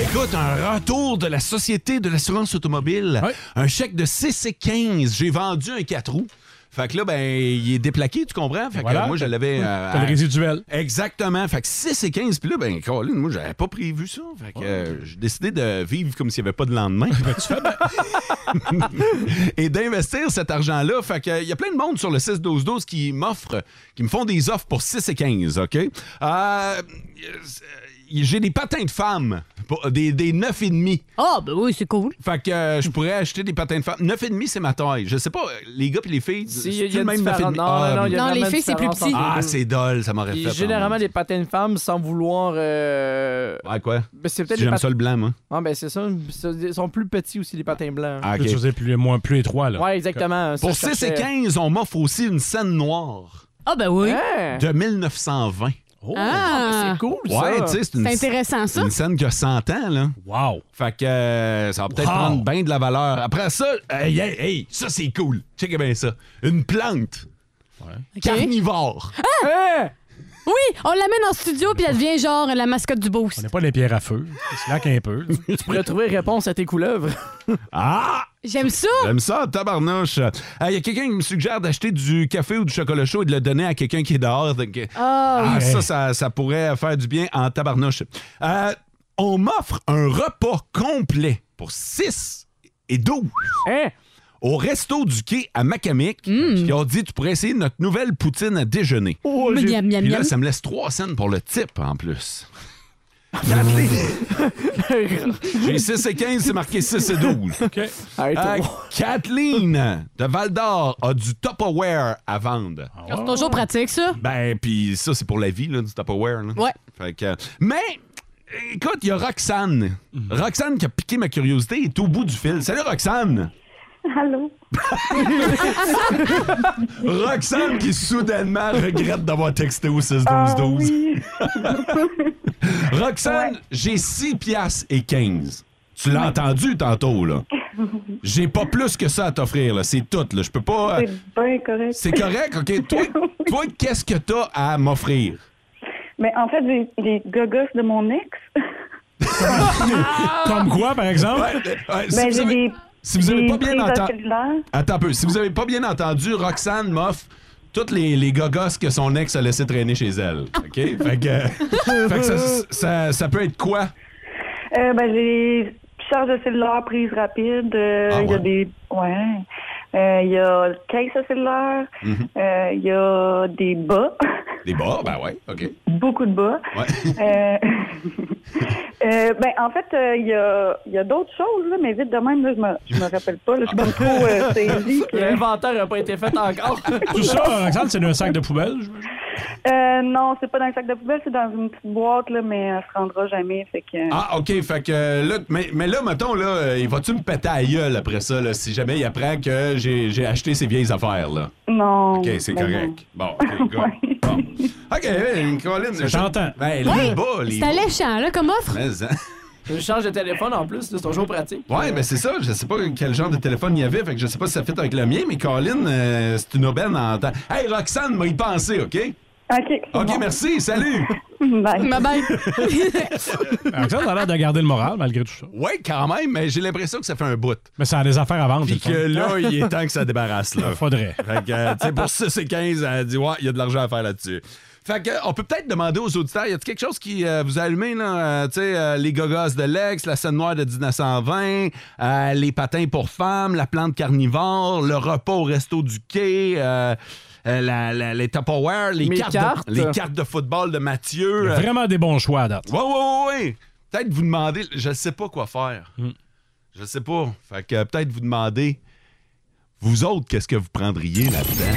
[SPEAKER 3] Écoute, un retour de la Société de l'assurance automobile. Un chèque de CC15. J'ai vendu un 4 roues. Fait que là, ben, il est déplaqué, tu comprends? Fait que
[SPEAKER 5] Voilà.
[SPEAKER 3] euh, moi, je l'avais. euh,
[SPEAKER 5] T'as le
[SPEAKER 3] à-
[SPEAKER 5] résiduel.
[SPEAKER 3] Exactement. Fait que 6 et 15, puis là, ben, Colin, moi, j'avais pas prévu ça. Fait que euh, j'ai décidé de vivre comme s'il n'y avait pas de lendemain.
[SPEAKER 5] Ben,
[SPEAKER 3] et d'investir cet argent-là. Fait que, euh, il y a plein de monde sur le 6-12-12 qui m'offrent, qui me font des offres pour 6 et 15, OK? Euh, j'ai des patins de femmes, pour- des, des 9 et demi.
[SPEAKER 4] Ah, ben oui, c'est cool.
[SPEAKER 3] Fait que euh, je pourrais acheter des patins de femmes. 9 et demi, c'est ma taille. Je sais pas, les gars puis les filles,
[SPEAKER 6] Si,
[SPEAKER 3] c'est
[SPEAKER 6] y a- y a
[SPEAKER 3] le même 9 et demi.
[SPEAKER 6] différents- non, non, non, y a Non, les vraiment filles, c'est plus différents petit. entre
[SPEAKER 3] Ah,
[SPEAKER 6] les deux.
[SPEAKER 3] c'est dol, ça m'aurait
[SPEAKER 6] Puis
[SPEAKER 3] fait.
[SPEAKER 6] généralement, les patins de femmes, sans vouloir... euh,
[SPEAKER 3] Ah, quoi?
[SPEAKER 6] ben, c'est peut-être
[SPEAKER 3] Si
[SPEAKER 6] les
[SPEAKER 3] J'aime
[SPEAKER 6] pat-
[SPEAKER 3] ça le blanc, moi.
[SPEAKER 6] Ah, ben c'est ça. c'est- Ils sont plus petits aussi, les patins blancs.
[SPEAKER 3] Ah, ok.
[SPEAKER 5] Tu faisais plus, moins, plus étroit, là.
[SPEAKER 6] Ouais, exactement.
[SPEAKER 3] Pour
[SPEAKER 6] Ça, je
[SPEAKER 3] 6 et
[SPEAKER 6] cherchais.
[SPEAKER 3] 15, on m'offre aussi une scène noire
[SPEAKER 4] Ah, ben oui.
[SPEAKER 6] Hein?
[SPEAKER 3] de 1920.
[SPEAKER 4] Ah,
[SPEAKER 6] c'est cool,
[SPEAKER 3] Ouais, tu sais, c'est une,
[SPEAKER 4] intéressant, ça.
[SPEAKER 3] une scène qui a 100 ans, là.
[SPEAKER 5] Wow!
[SPEAKER 3] Fait que euh, ça va peut-être
[SPEAKER 5] Wow.
[SPEAKER 3] prendre bien de la valeur. Après ça, hey, hey, hey, ça c'est cool. Check bien ça. Une plante. Carnivore.
[SPEAKER 6] Hein?
[SPEAKER 4] Oui, on l'amène en studio puis elle devient genre la mascotte du
[SPEAKER 5] On
[SPEAKER 4] boost.
[SPEAKER 5] n'est pas les pierres à feu. Il se laque un peu.
[SPEAKER 6] tu pourrais trouver réponse à tes couleuvres.
[SPEAKER 3] Ah!
[SPEAKER 4] J'aime ça!
[SPEAKER 3] J'aime ça, tabarnouche. Il y a quelqu'un qui me suggère d'acheter du café ou du chocolat chaud et de le donner à quelqu'un qui est dehors. Donc, ah,
[SPEAKER 4] oui.
[SPEAKER 3] ça, ça, ça pourrait faire du bien en tabarnouche. Euh, on m'offre un repas complet pour 6 et 12
[SPEAKER 4] Hein?
[SPEAKER 3] au Resto du Quai à Macamic. Ils ont dit, tu pourrais essayer notre nouvelle poutine à déjeuner.
[SPEAKER 4] Hmm. Oh, j'ai- Miam, miam,
[SPEAKER 3] Puis là,
[SPEAKER 4] miam.
[SPEAKER 3] ça me laisse 3 cents pour le type en plus. J'ai 6 et 15, c'est marqué 6 et 12.
[SPEAKER 6] Arrête,
[SPEAKER 3] Euh,
[SPEAKER 6] oh.
[SPEAKER 3] Kathleen de Val d'Or a du Tupperware à vendre.
[SPEAKER 4] Ah, C'est toujours pratique, ça.
[SPEAKER 3] Ben, puis ça, c'est pour la vie, là, du Tupperware. là.
[SPEAKER 4] Ouais.
[SPEAKER 3] Fait que- mais, écoute, il y a Roxane. Roxane qui a piqué ma curiosité est au bout du fil. Salut, Roxane!
[SPEAKER 16] Allô?
[SPEAKER 3] Roxane qui soudainement regrette d'avoir texté au 6-12-12.
[SPEAKER 10] Ah,
[SPEAKER 3] Roxane, j'ai 6 piastres et 15. Tu l'as entendu tantôt, là. J'ai pas plus que ça à t'offrir, là. C'est tout, là. Je peux pas... euh,
[SPEAKER 16] C'est bien correct.
[SPEAKER 3] C'est correct, OK? Toi, toi qu'est-ce que t'as à m'offrir?
[SPEAKER 16] Mais en fait, j'ai les gogos de mon ex.
[SPEAKER 5] Comme quoi, par exemple?
[SPEAKER 3] si
[SPEAKER 16] ben,
[SPEAKER 3] vous
[SPEAKER 16] j'ai
[SPEAKER 3] avez-
[SPEAKER 16] des.
[SPEAKER 3] Ah! si vous avez
[SPEAKER 16] des
[SPEAKER 3] pas bien
[SPEAKER 16] prises
[SPEAKER 3] entendu-
[SPEAKER 16] cellulaires.
[SPEAKER 3] Attends un peu. Si vous avez pas bien entendu, Roxane m'offre toutes les, les gogosses que son ex a laissé traîner chez elle. OK? Fait que, fait que ça, ça- ça peut être quoi?
[SPEAKER 16] Euh, ben, j'ai charge de cellulaire, prise rapide. euh,
[SPEAKER 3] Ah
[SPEAKER 16] Il y a
[SPEAKER 3] ouais?
[SPEAKER 16] des. Ouais. Euh, Il y a le caisse de cellulaire.
[SPEAKER 3] Mhm.
[SPEAKER 16] Euh, Il y a des bas.
[SPEAKER 3] Des bas? Ben ouais, OK.
[SPEAKER 16] Beaucoup de bas.
[SPEAKER 3] Ouais.
[SPEAKER 16] Euh, euh, ben, en fait, euh, il y a- il y a, d'autres choses, là, mais vite de même, là, je me, je me rappelle pas. là, Je suis comme trop euh, saisie, puis, euh,
[SPEAKER 6] L'inventaire n'a pas été fait encore.
[SPEAKER 5] Tout ça, Roxane, c'est un sac de poubelle.
[SPEAKER 16] Euh, non, c'est pas dans le sac de poubelle, c'est dans une petite boîte, là, mais elle se rendra jamais. Fait que...
[SPEAKER 3] Ah, OK. Fait que euh, là, mais, mais là, mettons, là, euh, il va-tu me péter à la gueule après ça, là, si jamais il apprend que j'ai j'ai acheté ces vieilles affaires, là?
[SPEAKER 16] Non.
[SPEAKER 3] OK, c'est
[SPEAKER 16] ben
[SPEAKER 3] correct. Bon, OK, go. Bon. OK, hey, Colin. je- Ben, les
[SPEAKER 4] Ouais,
[SPEAKER 3] bas, les
[SPEAKER 4] c'est
[SPEAKER 3] bas.
[SPEAKER 4] alléchant, là, comme offre.
[SPEAKER 3] Mais, hein.
[SPEAKER 6] Je change de téléphone en plus, là, c'est toujours pratique.
[SPEAKER 3] Ouais, ben c'est ça. Je sais pas quel genre de téléphone il y avait, fait que je sais pas si ça fit avec le mien, mais Colin, euh, c'est une aubaine en temps. Hey, Roxane m'a y pensé, OK?
[SPEAKER 16] OK.
[SPEAKER 3] OK, merci. Salut.
[SPEAKER 16] Bye.
[SPEAKER 4] Bye bye.
[SPEAKER 5] Roxane, t'as l'air de garder le moral malgré tout ça.
[SPEAKER 3] Ouais, quand même, mais j'ai l'impression que ça fait un bout.
[SPEAKER 5] Mais ça a des affaires à vendre.
[SPEAKER 3] Puis
[SPEAKER 5] c'est
[SPEAKER 3] que
[SPEAKER 5] le fun.
[SPEAKER 3] là, il est temps que ça débarrasse, là.
[SPEAKER 5] Faudrait.
[SPEAKER 3] Fait que, euh, tu sais, pour 6 et 15, elle dit, ouais, il y a de l'argent à faire là-dessus. Fait que, euh, on peut peut-être demander aux auditeurs, y a-t-il quelque chose qui euh, vous a allumé, là? Euh, tu sais, euh, les gogosses de l'ex, la scène noire de 1920, euh, les patins pour femmes, la plante carnivore, le repas au resto du quai, euh, euh, la- la- les Tupperware, les
[SPEAKER 5] Mes
[SPEAKER 3] cartes,
[SPEAKER 5] cartes.
[SPEAKER 3] De, les cartes de football de Mathieu.
[SPEAKER 5] Il y a
[SPEAKER 3] euh,
[SPEAKER 5] vraiment des bons choix à date.
[SPEAKER 3] Ouais, ouais, ouais, ouais. Peut-être vous demander, je sais pas quoi faire. Je sais pas. Fait que euh, peut-être vous demander, vous autres, qu'est-ce que vous prendriez là-dedans?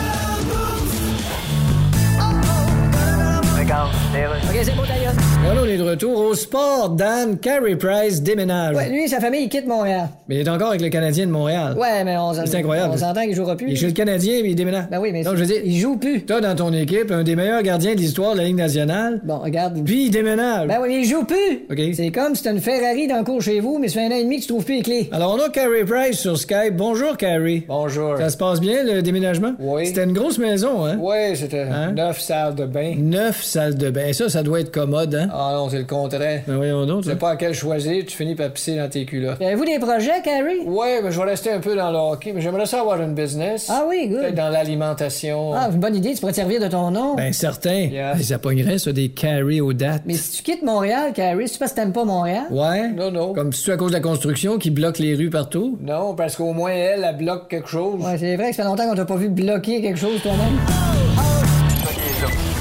[SPEAKER 14] OK, c'est bon, d'ailleurs.
[SPEAKER 8] Voilà, on est de retour au sport. Dan Carey Price déménage.
[SPEAKER 14] Ouais, lui et sa famille, ils quittent Montréal.
[SPEAKER 8] Mais il est encore avec le Canadien de Montréal.
[SPEAKER 14] Ouais, mais on s'en-
[SPEAKER 8] C'est incroyable.
[SPEAKER 14] On s'entend qu'il jouera plus.
[SPEAKER 8] Il est chez le Canadien, mais il déménage.
[SPEAKER 14] Ben oui, mais
[SPEAKER 8] Donc,
[SPEAKER 14] c'est-
[SPEAKER 8] je veux dire, il joue plus. T'as dans ton équipe un des meilleurs gardiens de l'histoire de la Ligue nationale.
[SPEAKER 14] Bon, regarde.
[SPEAKER 8] Puis il déménage.
[SPEAKER 14] Ben oui, mais il joue plus.
[SPEAKER 8] OK.
[SPEAKER 14] C'est comme si t'as une Ferrari dans le cours chez vous, mais ça fait un an et demi que tu trouves plus les clés.
[SPEAKER 8] Alors, on a Carey Price sur Skype. Bonjour, Carey.
[SPEAKER 17] Bonjour.
[SPEAKER 8] Ça se passe bien, le déménagement?
[SPEAKER 17] Oui.
[SPEAKER 8] C'était une grosse maison, hein?
[SPEAKER 17] Oui, c'était
[SPEAKER 8] Hein?
[SPEAKER 17] neuf salles de bain.
[SPEAKER 8] Neuf salles de bain. Ça, ça doit être commode, hein?
[SPEAKER 17] Ah non, c'est le contraire.
[SPEAKER 8] Ben voyons donc.
[SPEAKER 17] Tu sais pas à quel choisir, tu finis par pisser dans tes culottes.
[SPEAKER 14] Avez-vous des projets, Carrie?
[SPEAKER 17] Ouais, mais je vais rester un peu dans le hockey, mais j'aimerais ça avoir une business.
[SPEAKER 14] Ah oui,
[SPEAKER 17] Peut-être
[SPEAKER 14] good.
[SPEAKER 17] dans l'alimentation.
[SPEAKER 14] Ah, c'est une bonne idée, tu pourrais te servir de ton nom.
[SPEAKER 8] Ben, certain.
[SPEAKER 17] Yeah.
[SPEAKER 8] Ben, ça pognerait, ça, des Carey aux dates.
[SPEAKER 14] Mais si tu quittes Montréal, Carrie, c'est parce que t'aimes pas Montréal.
[SPEAKER 8] Ouais?
[SPEAKER 17] Hein? Non, non.
[SPEAKER 8] Comme si tu à cause de la construction qui bloque les rues partout?
[SPEAKER 17] Non, parce qu'au moins elle, elle bloque quelque chose.
[SPEAKER 14] Ouais, c'est vrai que ça fait longtemps qu'on t'a pas vu bloquer quelque chose toi-même.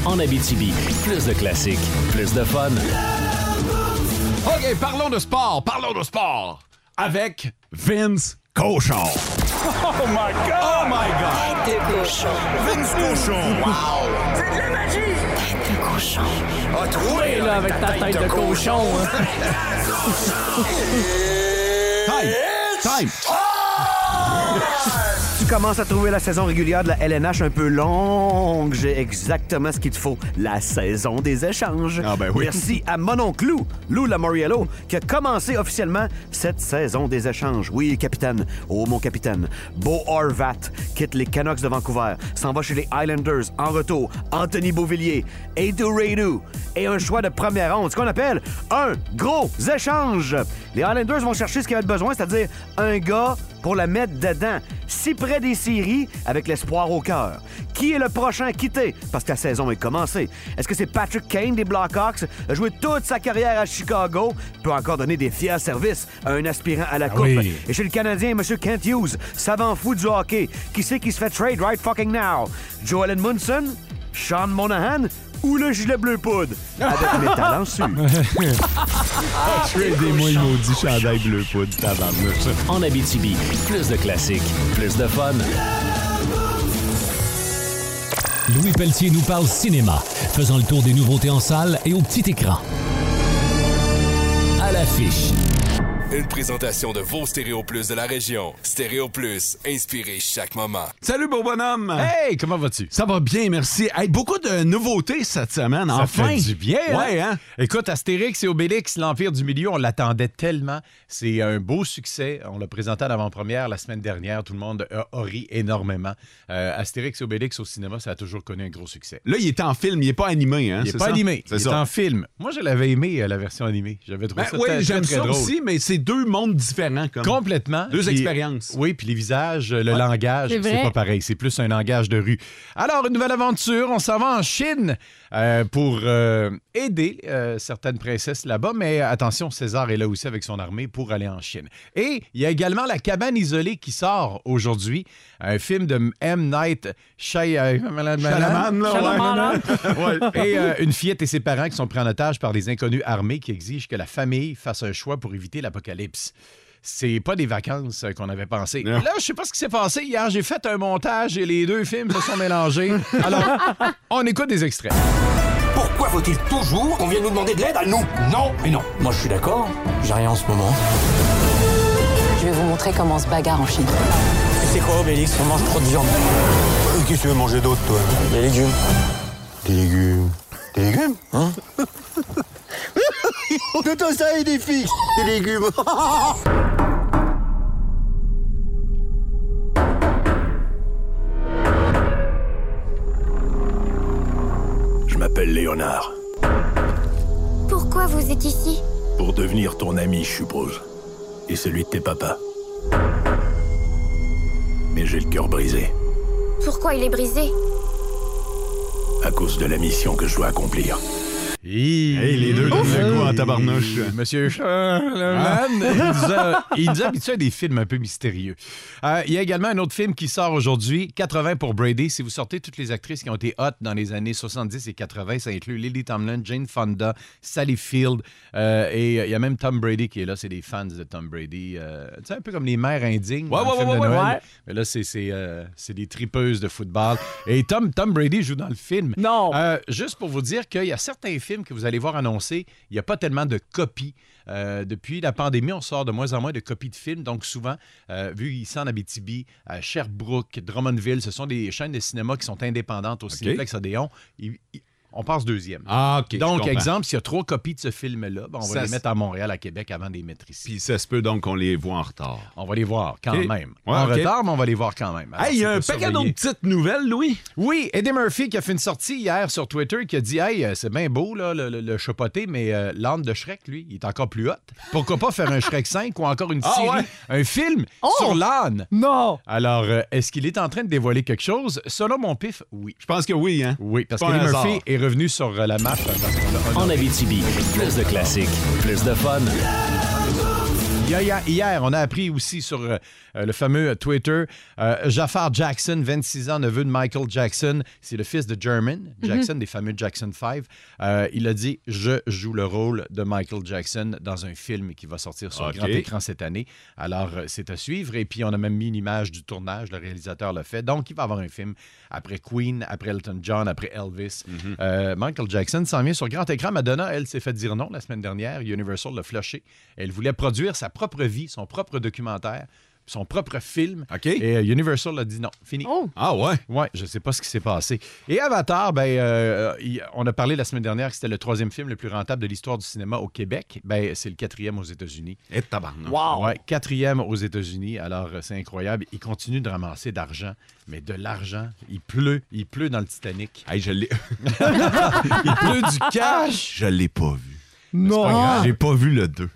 [SPEAKER 7] En Abitibi, plus de classiques, plus de fun.
[SPEAKER 3] OK, parlons de sport, parlons de sport. Avec Vince Cochon.
[SPEAKER 10] Oh my god! Oh my god! Tête de cochon. Vince cochon. Wow! C'est de la magie! Tête de cochon. Ah, troué, là, avec ta, tête, de, cochon. hein.
[SPEAKER 3] Time! Time!
[SPEAKER 12] Tu commences à trouver la saison régulière de la LNH un peu longue. J'ai exactement ce qu'il te faut. La saison des échanges.
[SPEAKER 3] Ah ben oui.
[SPEAKER 12] Merci à mon oncle Lou, Lou Lamoriello, qui a commencé officiellement cette saison des échanges. Oui, capitaine. Oh, mon capitaine. Beau Horvat quitte les Canucks de Vancouver, s'en va chez les Islanders. En retour, Anthony Beauvillier, Edu Redu et un choix de première ronde. Ce qu'on appelle un gros échange. Les Islanders vont chercher ce qu'il y avait de besoin, c'est-à-dire un gars pour la mettre dedans, si près des séries, avec l'espoir au cœur. Qui est le prochain à quitter? Parce que la saison est commencée. Est-ce que c'est Patrick Kane des Blackhawks? A joué toute sa carrière à Chicago, peut encore donner des fiers services à un aspirant à la Coupe.
[SPEAKER 5] oui.
[SPEAKER 12] Et chez le Canadien, M. Kent Hughes, savant fou du hockey, qui sait qui se fait trade right fucking now? Joel Munson? Sean Monahan? Ou le gilet bleu poudre? Avec mes talents sûrs.
[SPEAKER 3] Aidez-moi, il maudit chandail bleu poudre, tabarnouche.
[SPEAKER 7] En Abitibi, plus de classiques, plus de fun. Louis Pelletier nous parle cinéma, faisant le tour des nouveautés en salle et au petit écran. À l'affiche.
[SPEAKER 18] Une présentation de vos Stéréo Plus de la région. Stéréo Plus, inspiré chaque moment.
[SPEAKER 3] Salut, beau bonhomme! Hey, comment vas-tu? Ça va bien, merci. Hey, beaucoup de nouveautés cette semaine,
[SPEAKER 19] Ça
[SPEAKER 3] enfin!
[SPEAKER 19] fait du bien.
[SPEAKER 3] Ouais, hein?
[SPEAKER 19] Écoute, Astérix et Obélix, l'Empire du Milieu, on l'attendait tellement. C'est un beau succès. On l'a présenté à l'avant-première la semaine dernière. Tout le monde a, a ri énormément. Euh, Astérix et Obélix au cinéma, ça a toujours connu un gros succès.
[SPEAKER 3] Là, il est en film, il n'est pas animé, hein?
[SPEAKER 19] Il n'est
[SPEAKER 3] c'est
[SPEAKER 19] pas
[SPEAKER 3] ça?
[SPEAKER 19] animé,
[SPEAKER 3] C'est
[SPEAKER 19] il est
[SPEAKER 3] ça.
[SPEAKER 19] en film. Moi, je l'avais aimé, euh, la version animée. J'avais trouvé
[SPEAKER 3] Ben
[SPEAKER 19] ça
[SPEAKER 3] oui,
[SPEAKER 19] très,
[SPEAKER 3] j'aime
[SPEAKER 19] très,
[SPEAKER 3] ça
[SPEAKER 19] très drôle.
[SPEAKER 3] aussi, mais c'est deux mondes différents. Comme.
[SPEAKER 19] Complètement.
[SPEAKER 3] Deux
[SPEAKER 19] Puis-
[SPEAKER 3] expériences.
[SPEAKER 19] Oui, puis les visages, le langage,
[SPEAKER 3] C'est
[SPEAKER 19] c'est
[SPEAKER 3] vrai.
[SPEAKER 19] pas pareil. C'est plus un langage de rue. Alors, une nouvelle aventure. On s'en va en Chine euh, pour euh, aider euh, certaines princesses là-bas. Mais attention, César est là aussi avec son armée pour aller en Chine. Et il y a également La cabane isolée qui sort aujourd'hui. Un film de M. Night Shyamalan.
[SPEAKER 3] Shyamalan, là, ouais. Shyamalan.
[SPEAKER 19] Ouais. Et euh, une fillette et ses parents qui sont pris en otage par des inconnus armés qui exigent que la famille fasse un choix pour éviter l'apocalypse. C'est pas des vacances euh, qu'on avait pensé. Là, je sais pas ce qui s'est passé. Hier, j'ai fait un montage et les deux films se sont mélangés. Alors, on écoute des extraits.
[SPEAKER 10] Pourquoi faut-il toujours qu'on vienne nous demander de l'aide à nous Non mais non. Moi, je suis d'accord. J'ai rien en ce moment.
[SPEAKER 1] Je vais vous montrer comment on se bagarre en Chine.
[SPEAKER 10] C'est quoi, Obélix On mange trop de viande. Qu'est-ce que tu veux manger d'autre, toi Des légumes. Des légumes. Des légumes Hein Tout ça et des filles. Des légumes.
[SPEAKER 20] Je m'appelle Léonard.
[SPEAKER 21] Pourquoi vous êtes ici
[SPEAKER 20] Pour devenir ton ami, je suppose. Et celui de tes papas. Mais j'ai le cœur brisé
[SPEAKER 21] Pourquoi il est brisé
[SPEAKER 20] à cause de la mission que je dois accomplir.
[SPEAKER 19] Hey,
[SPEAKER 3] les deux donnent le goût en tabarnouche.
[SPEAKER 19] Monsieur Charlemagne, Hein? il, nous a- il nous a habitués à des films un peu mystérieux. Euh, il y a également un autre film qui sort aujourd'hui, 80 pour Brady. Si vous sortez toutes les actrices qui ont été hot dans les années 70 et 80, ça inclut Lily Tomlin, Jane Fonda, Sally Field, euh, et euh, il y a même Tom Brady qui est là. C'est des fans de Tom Brady. euh, tu sais, un peu comme les mères indignes
[SPEAKER 3] Ouais,
[SPEAKER 19] dans le
[SPEAKER 3] ouais,
[SPEAKER 19] film
[SPEAKER 3] ouais,
[SPEAKER 19] de
[SPEAKER 3] ouais,
[SPEAKER 19] Noël.
[SPEAKER 3] ouais.
[SPEAKER 19] Mais là, c'est c'est, euh, c'est des tripeuses de football. Et Tom, Tom Brady joue dans le film. Euh,
[SPEAKER 6] Non.
[SPEAKER 19] juste pour vous dire qu'il y a certains films que vous allez voir annoncés, il n'y a pas tellement de copies. Euh, depuis la pandémie, on sort de moins en moins de copies de films. Donc, souvent, euh, vu ici en Abitibi, à Sherbrooke, Drummondville, ce sont des chaînes de cinéma qui sont indépendantes au Cinéplex Odéon. Ils- ils- on passe deuxième.
[SPEAKER 3] Ah, OK, je
[SPEAKER 19] Donc,
[SPEAKER 3] comprends.
[SPEAKER 19] exemple, s'il y a trois copies de ce film-là, ben, on va
[SPEAKER 3] Ça,
[SPEAKER 19] les
[SPEAKER 3] c'est-
[SPEAKER 19] mettre à Montréal, à Québec, avant de les mettre ici.
[SPEAKER 3] Puis ça se peut donc qu'on les voit en retard.
[SPEAKER 19] On va les voir quand
[SPEAKER 3] OK.
[SPEAKER 19] même.
[SPEAKER 3] Ouais,
[SPEAKER 19] en
[SPEAKER 3] OK.
[SPEAKER 19] retard, mais on va les voir quand même. Alors,
[SPEAKER 3] Hey, il y a un
[SPEAKER 19] c'est pour
[SPEAKER 3] paquet
[SPEAKER 19] surveiller.
[SPEAKER 3] d'autres petites nouvelles, Louis.
[SPEAKER 19] Oui, Eddie Murphy qui a fait une sortie hier sur Twitter qui a dit Hey, euh, c'est bien beau là, le, le- le chapoté, mais euh, l'âme de Shrek, lui, il est encore plus haute. Pourquoi pas faire un Shrek 5 ou encore une
[SPEAKER 6] Ah
[SPEAKER 19] série,
[SPEAKER 6] ouais?
[SPEAKER 19] un film
[SPEAKER 6] Oh!
[SPEAKER 19] sur l'âne
[SPEAKER 6] Non!
[SPEAKER 19] Alors, euh, est-ce qu'il est en train de dévoiler quelque chose Selon mon pif, oui.
[SPEAKER 3] Je pense que oui, hein.
[SPEAKER 19] Oui, parce
[SPEAKER 3] Pas
[SPEAKER 19] que
[SPEAKER 3] un
[SPEAKER 19] Eddie
[SPEAKER 3] hasard.
[SPEAKER 19] Murphy est revenu sur euh, la map.
[SPEAKER 7] En Abitibi, plus de classiques, plus de fun.
[SPEAKER 19] Hier, hier, on a appris aussi sur euh, euh, le fameux Twitter, euh, Jafar Jackson, 26 ans, neveu de Michael Jackson, c'est le fils de German Jackson, des fameux Jackson 5. Euh, il a dit Je joue le rôle de Michael Jackson dans un film qui va sortir sur
[SPEAKER 3] OK.
[SPEAKER 19] grand écran cette année. Alors, euh, c'est à suivre. Et puis, on a même mis une image du tournage, le réalisateur l'a fait. Donc, il va avoir un film après Queen, après Elton John, après Elvis. Euh, Michael Jackson s'en vient sur grand écran. Madonna, elle, s'est fait dire non la semaine dernière. Universal l'a flushé. Elle voulait produire sa propre vie, son propre documentaire. Puis son propre film. Et euh, Universal a dit non, fini. Ah ouais? Ouais, je sais pas ce qui s'est passé. Et Avatar, ben, euh, il- on a parlé la semaine dernière que c'était le troisième film le plus rentable de l'histoire du cinéma au Québec. Ben, c'est le quatrième aux États-Unis. Et tabarnak.
[SPEAKER 12] Wow!
[SPEAKER 19] Ouais, quatrième aux États-Unis. Alors, euh, c'est incroyable. Il continue de ramasser d'argent, mais de l'argent. Il pleut. Il pleut dans le Titanic. je l'ai. il pleut du cash.
[SPEAKER 3] Je l'ai pas vu.
[SPEAKER 19] Non. Ah.
[SPEAKER 3] J'ai pas vu le 2.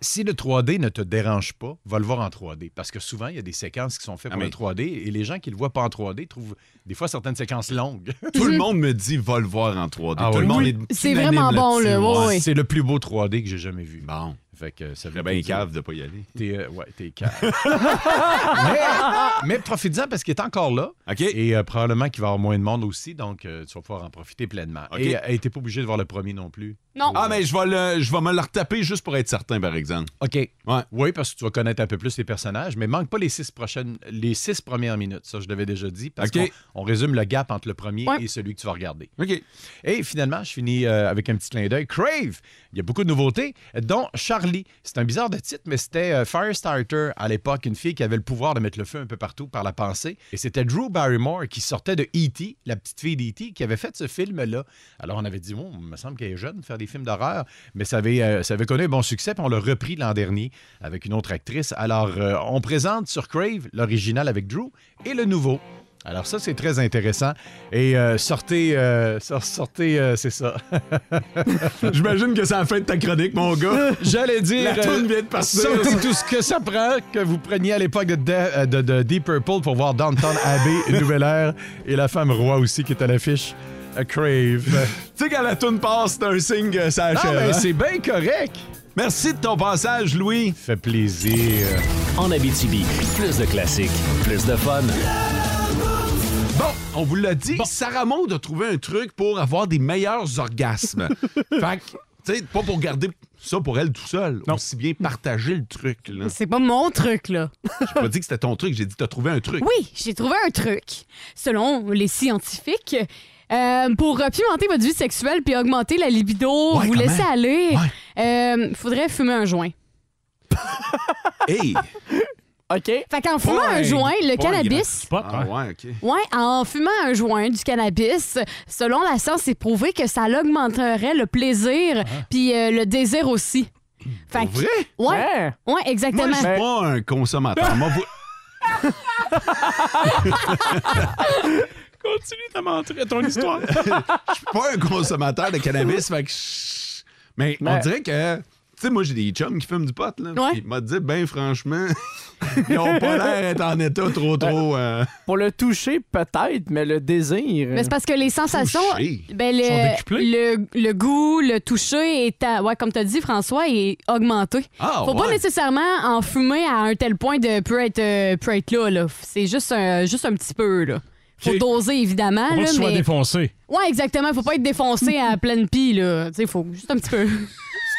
[SPEAKER 19] Si le 3D ne te dérange pas, va le voir en 3D. Parce que souvent, il y a des séquences qui sont faites
[SPEAKER 3] Ah,
[SPEAKER 19] pour
[SPEAKER 3] mais-
[SPEAKER 19] le 3D et les gens qui ne le voient pas en 3D trouvent des fois certaines séquences longues.
[SPEAKER 3] Tout le monde me dit va le voir en 3D.
[SPEAKER 19] Ah
[SPEAKER 3] Tout
[SPEAKER 19] oui.
[SPEAKER 3] le monde
[SPEAKER 19] Oui.
[SPEAKER 3] est
[SPEAKER 19] C'est vraiment
[SPEAKER 3] unanime
[SPEAKER 19] bon,
[SPEAKER 3] là-dessus.
[SPEAKER 19] là. Oui,
[SPEAKER 3] Ouais.
[SPEAKER 19] oui. C'est le plus beau 3D que j'ai jamais vu.
[SPEAKER 3] Bon.
[SPEAKER 19] Fait que ça
[SPEAKER 3] serait bien cave de pas y aller.
[SPEAKER 19] T'es, euh, ouais, t'es cave. mais mais profite-en parce qu'il est encore là. Et euh, probablement qu'il va y avoir moins de monde aussi, donc euh, tu vas pouvoir en profiter pleinement.
[SPEAKER 3] OK.
[SPEAKER 19] Et euh, Et t'es pas obligé de voir le premier non plus.
[SPEAKER 4] Non.
[SPEAKER 3] Ah, mais je vais, le- je vais me le retaper juste pour être certain, par exemple.
[SPEAKER 19] OK. Oui, parce que tu vas connaître un peu plus les personnages, mais manque pas les six prochaines, les six premières minutes. Ça, je l'avais déjà dit, parce
[SPEAKER 3] OK.
[SPEAKER 19] qu'on on résume le gap entre le premier
[SPEAKER 3] Ouais.
[SPEAKER 19] et celui que tu vas regarder. OK. Et finalement, je finis euh, avec un petit clin d'œil. Crave, il y a beaucoup de nouveautés, dont Charlie. C'est un bizarre de titre, mais c'était euh, Firestarter à l'époque, une fille qui avait le pouvoir de mettre le feu un peu partout par la pensée. Et c'était Drew Barrymore qui sortait de E.T., la petite fille d'E.T., qui avait fait ce film-là. Alors on avait dit, oh, il me semble qu'elle est jeune, faire des films d'horreur, mais ça avait, euh, ça avait connu un bon succès, puis on l'a repris l'an dernier avec une autre actrice. Alors euh, on présente sur Crave l'original avec Drew et le nouveau. Alors ça, c'est très intéressant. Et euh, sortez, euh, sor- sortez, euh, c'est ça. J'imagine que c'est la fin de ta chronique, mon
[SPEAKER 3] gars.
[SPEAKER 19] J'allais dire...
[SPEAKER 3] La toune
[SPEAKER 19] euh,
[SPEAKER 3] vient de partir.
[SPEAKER 19] Sortez tout ce que ça prend que vous preniez à l'époque de, De- euh, de- de Deep Purple pour voir Downtown Abbey, Nouvelle Ère, et la femme roi aussi qui est à l'affiche, euh, Crave.
[SPEAKER 3] Tu sais, quand la toune passe, c'est un signe que ça
[SPEAKER 19] Ah,
[SPEAKER 3] achève.
[SPEAKER 19] ben,
[SPEAKER 3] hein?
[SPEAKER 19] c'est bien correct.
[SPEAKER 3] Merci de ton passage, Louis.
[SPEAKER 19] Fait plaisir.
[SPEAKER 2] En Abitibi, plus de classiques, plus de fun.
[SPEAKER 3] Bon, on vous l'a dit, Sarah Maud a trouvé un truc pour avoir des meilleurs orgasmes. fait que, tu sais, pas pour garder ça pour elle tout seul. Aussi bien partager le truc, là.
[SPEAKER 4] C'est pas mon truc, là.
[SPEAKER 3] J'ai pas dit que c'était ton truc, j'ai dit t'as trouvé un truc.
[SPEAKER 4] Oui, j'ai trouvé un truc. Selon les scientifiques, euh, pour euh, pimenter votre vie sexuelle puis augmenter la libido,
[SPEAKER 10] Ouais,
[SPEAKER 4] vous
[SPEAKER 10] quand
[SPEAKER 4] laisser
[SPEAKER 10] même.
[SPEAKER 4] aller, euh, faudrait fumer un joint.
[SPEAKER 3] Hey!
[SPEAKER 6] OK.
[SPEAKER 4] Fait qu'en fumant un joint, le cannabis.
[SPEAKER 19] hein.
[SPEAKER 3] Ah, ouais, OK.
[SPEAKER 4] Ouais, en fumant un joint du cannabis, selon la science, c'est prouvé que ça l'augmenterait le plaisir puis euh, le désir aussi. Fait
[SPEAKER 3] Pour vrai?
[SPEAKER 4] Ouais. Ouais, exactement. Ben,
[SPEAKER 3] Moi, je suis pas un consommateur. Moi, vous-
[SPEAKER 5] Continue ta menterie, ton histoire.
[SPEAKER 3] Je suis pas un consommateur de cannabis, fait que je- mais, on
[SPEAKER 5] Mais-
[SPEAKER 3] dirait que. Tu sais, moi, j'ai des chums qui fument du pot, là.
[SPEAKER 6] Ouais.
[SPEAKER 3] Puis Ils m'ont dit, ben franchement, ils ont pas l'air d'être en état trop, trop. euh,
[SPEAKER 6] Pour le toucher, peut-être, mais le désir.
[SPEAKER 4] Mais Ben, c'est parce que les sensations,
[SPEAKER 6] Toucher.
[SPEAKER 4] ben
[SPEAKER 6] Ils sont
[SPEAKER 4] le,
[SPEAKER 6] décuplés.
[SPEAKER 4] le, le goût, le toucher, est à- ouais, comme tu as dit, François, est augmenté.
[SPEAKER 10] Ah,
[SPEAKER 4] Faut pas
[SPEAKER 10] ouais.
[SPEAKER 4] nécessairement en fumer à un tel point de peut être, euh, peut être là. là. C'est juste un, juste un petit peu. Là. Faut
[SPEAKER 5] Ok.
[SPEAKER 4] doser, évidemment.
[SPEAKER 5] Faut pas
[SPEAKER 4] là,
[SPEAKER 5] que tu sois
[SPEAKER 4] mais-
[SPEAKER 5] défoncé.
[SPEAKER 4] Ouais, exactement. Faut pas être défoncé à pleine pie. Là. Tu sais, faut juste un petit peu.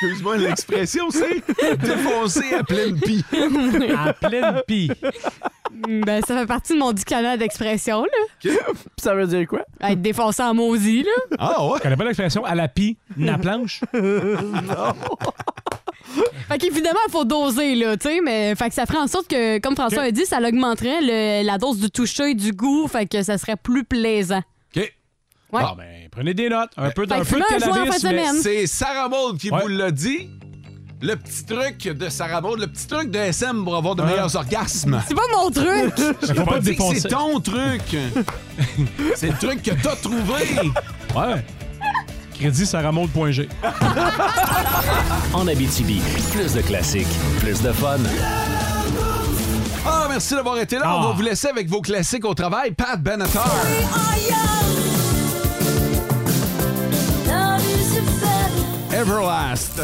[SPEAKER 3] Excuse-moi, l'expression, c'est défoncer à pleine pie.
[SPEAKER 4] À
[SPEAKER 5] pleine pie.
[SPEAKER 4] ben, ça fait partie de mon dictionnaire d'expression. là.
[SPEAKER 6] Ça veut dire quoi?
[SPEAKER 4] Être défoncé en maudit. Là.
[SPEAKER 3] Ah ouais?
[SPEAKER 5] Connais pas l'expression à la pie, na planche? non.
[SPEAKER 4] Fait qu'évidemment, il faut doser, là, tu sais, mais fait que ça ferait en sorte que, comme François a dit, ça l'augmenterait le- la dose du toucher, du goût, fait que ça serait plus plaisant.
[SPEAKER 3] OK.
[SPEAKER 4] Ouais.
[SPEAKER 5] Bon, ben, prenez des notes. Un peu, d'un
[SPEAKER 4] Fait que
[SPEAKER 5] peu de
[SPEAKER 4] fumez un joint en
[SPEAKER 5] cannabis.
[SPEAKER 4] fin de
[SPEAKER 5] mais-
[SPEAKER 4] semaine.
[SPEAKER 3] C'est Sarah Maud qui vous l'a dit. Le petit truc de Sarah Maud, le petit truc de SM pour avoir de meilleurs orgasmes.
[SPEAKER 4] C'est pas mon truc!
[SPEAKER 3] J'ai
[SPEAKER 5] Faut
[SPEAKER 3] pas,
[SPEAKER 5] pas te
[SPEAKER 3] dit que
[SPEAKER 5] défoncer.
[SPEAKER 3] c'est ton truc. c'est le truc que t'as trouvé.
[SPEAKER 5] Ouais. Crédit saramonde.g.
[SPEAKER 2] En Abitibi, plus de classiques, plus de fun.
[SPEAKER 3] Ah, merci d'avoir été là. On va vous laisser avec vos classiques au travail. Pat Benatar. Everlast.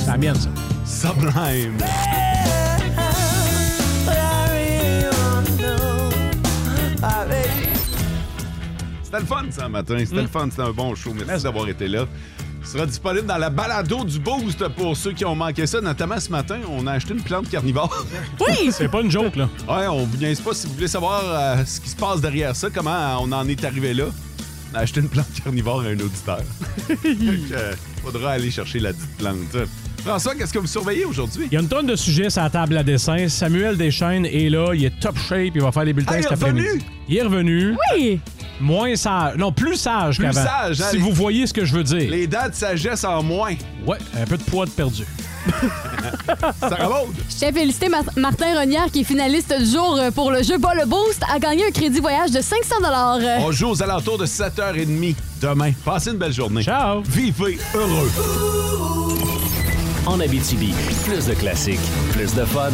[SPEAKER 5] C'est la mienne, ça.
[SPEAKER 3] Sublime. C'était le fun, ça, matin. C'était
[SPEAKER 4] Mm.
[SPEAKER 3] le fun. C'était un bon show. Merci d'avoir été là. Il sera disponible dans la balado du Boost pour ceux qui ont manqué ça. Notamment ce matin, on a acheté une plante carnivore.
[SPEAKER 4] Oui!
[SPEAKER 5] C'est pas une joke, là.
[SPEAKER 3] Ouais, on vous niaise pas si vous voulez savoir euh, ce qui se passe derrière ça, comment euh, on en est arrivé là. On a acheté une plante carnivore à un auditeur. Fait que, euh, faudra aller chercher la dite plante. François, qu'est-ce que vous surveillez aujourd'hui?
[SPEAKER 5] Il y a une tonne de sujets sur la table à dessin. Samuel Deschaines est là, il est top shape, il va faire les bulletins
[SPEAKER 3] Ah, il est
[SPEAKER 5] cet après-midi.
[SPEAKER 3] revenu?
[SPEAKER 5] Il est revenu.
[SPEAKER 4] Oui!
[SPEAKER 5] Moins sage. Non, plus sage
[SPEAKER 3] Plus
[SPEAKER 5] qu'avant.
[SPEAKER 3] sage, hein,
[SPEAKER 5] Si
[SPEAKER 3] les-
[SPEAKER 5] vous voyez ce que je veux dire.
[SPEAKER 3] Les dates de sagesse en moins.
[SPEAKER 5] Ouais, un peu de poids de perdu.
[SPEAKER 3] Ça
[SPEAKER 6] Ah,
[SPEAKER 3] remonte.
[SPEAKER 4] Je tiens à féliciter Mar- Martin Renière, qui est finaliste du jour euh, pour le jeu Bas le Boost, a gagné un crédit voyage de 500 euh,
[SPEAKER 3] On joue aux alentours de 7h30 demain. Passez une belle journée.
[SPEAKER 5] Ciao.
[SPEAKER 3] Vivez heureux.
[SPEAKER 2] En Abitibi, plus de classiques, plus de fun.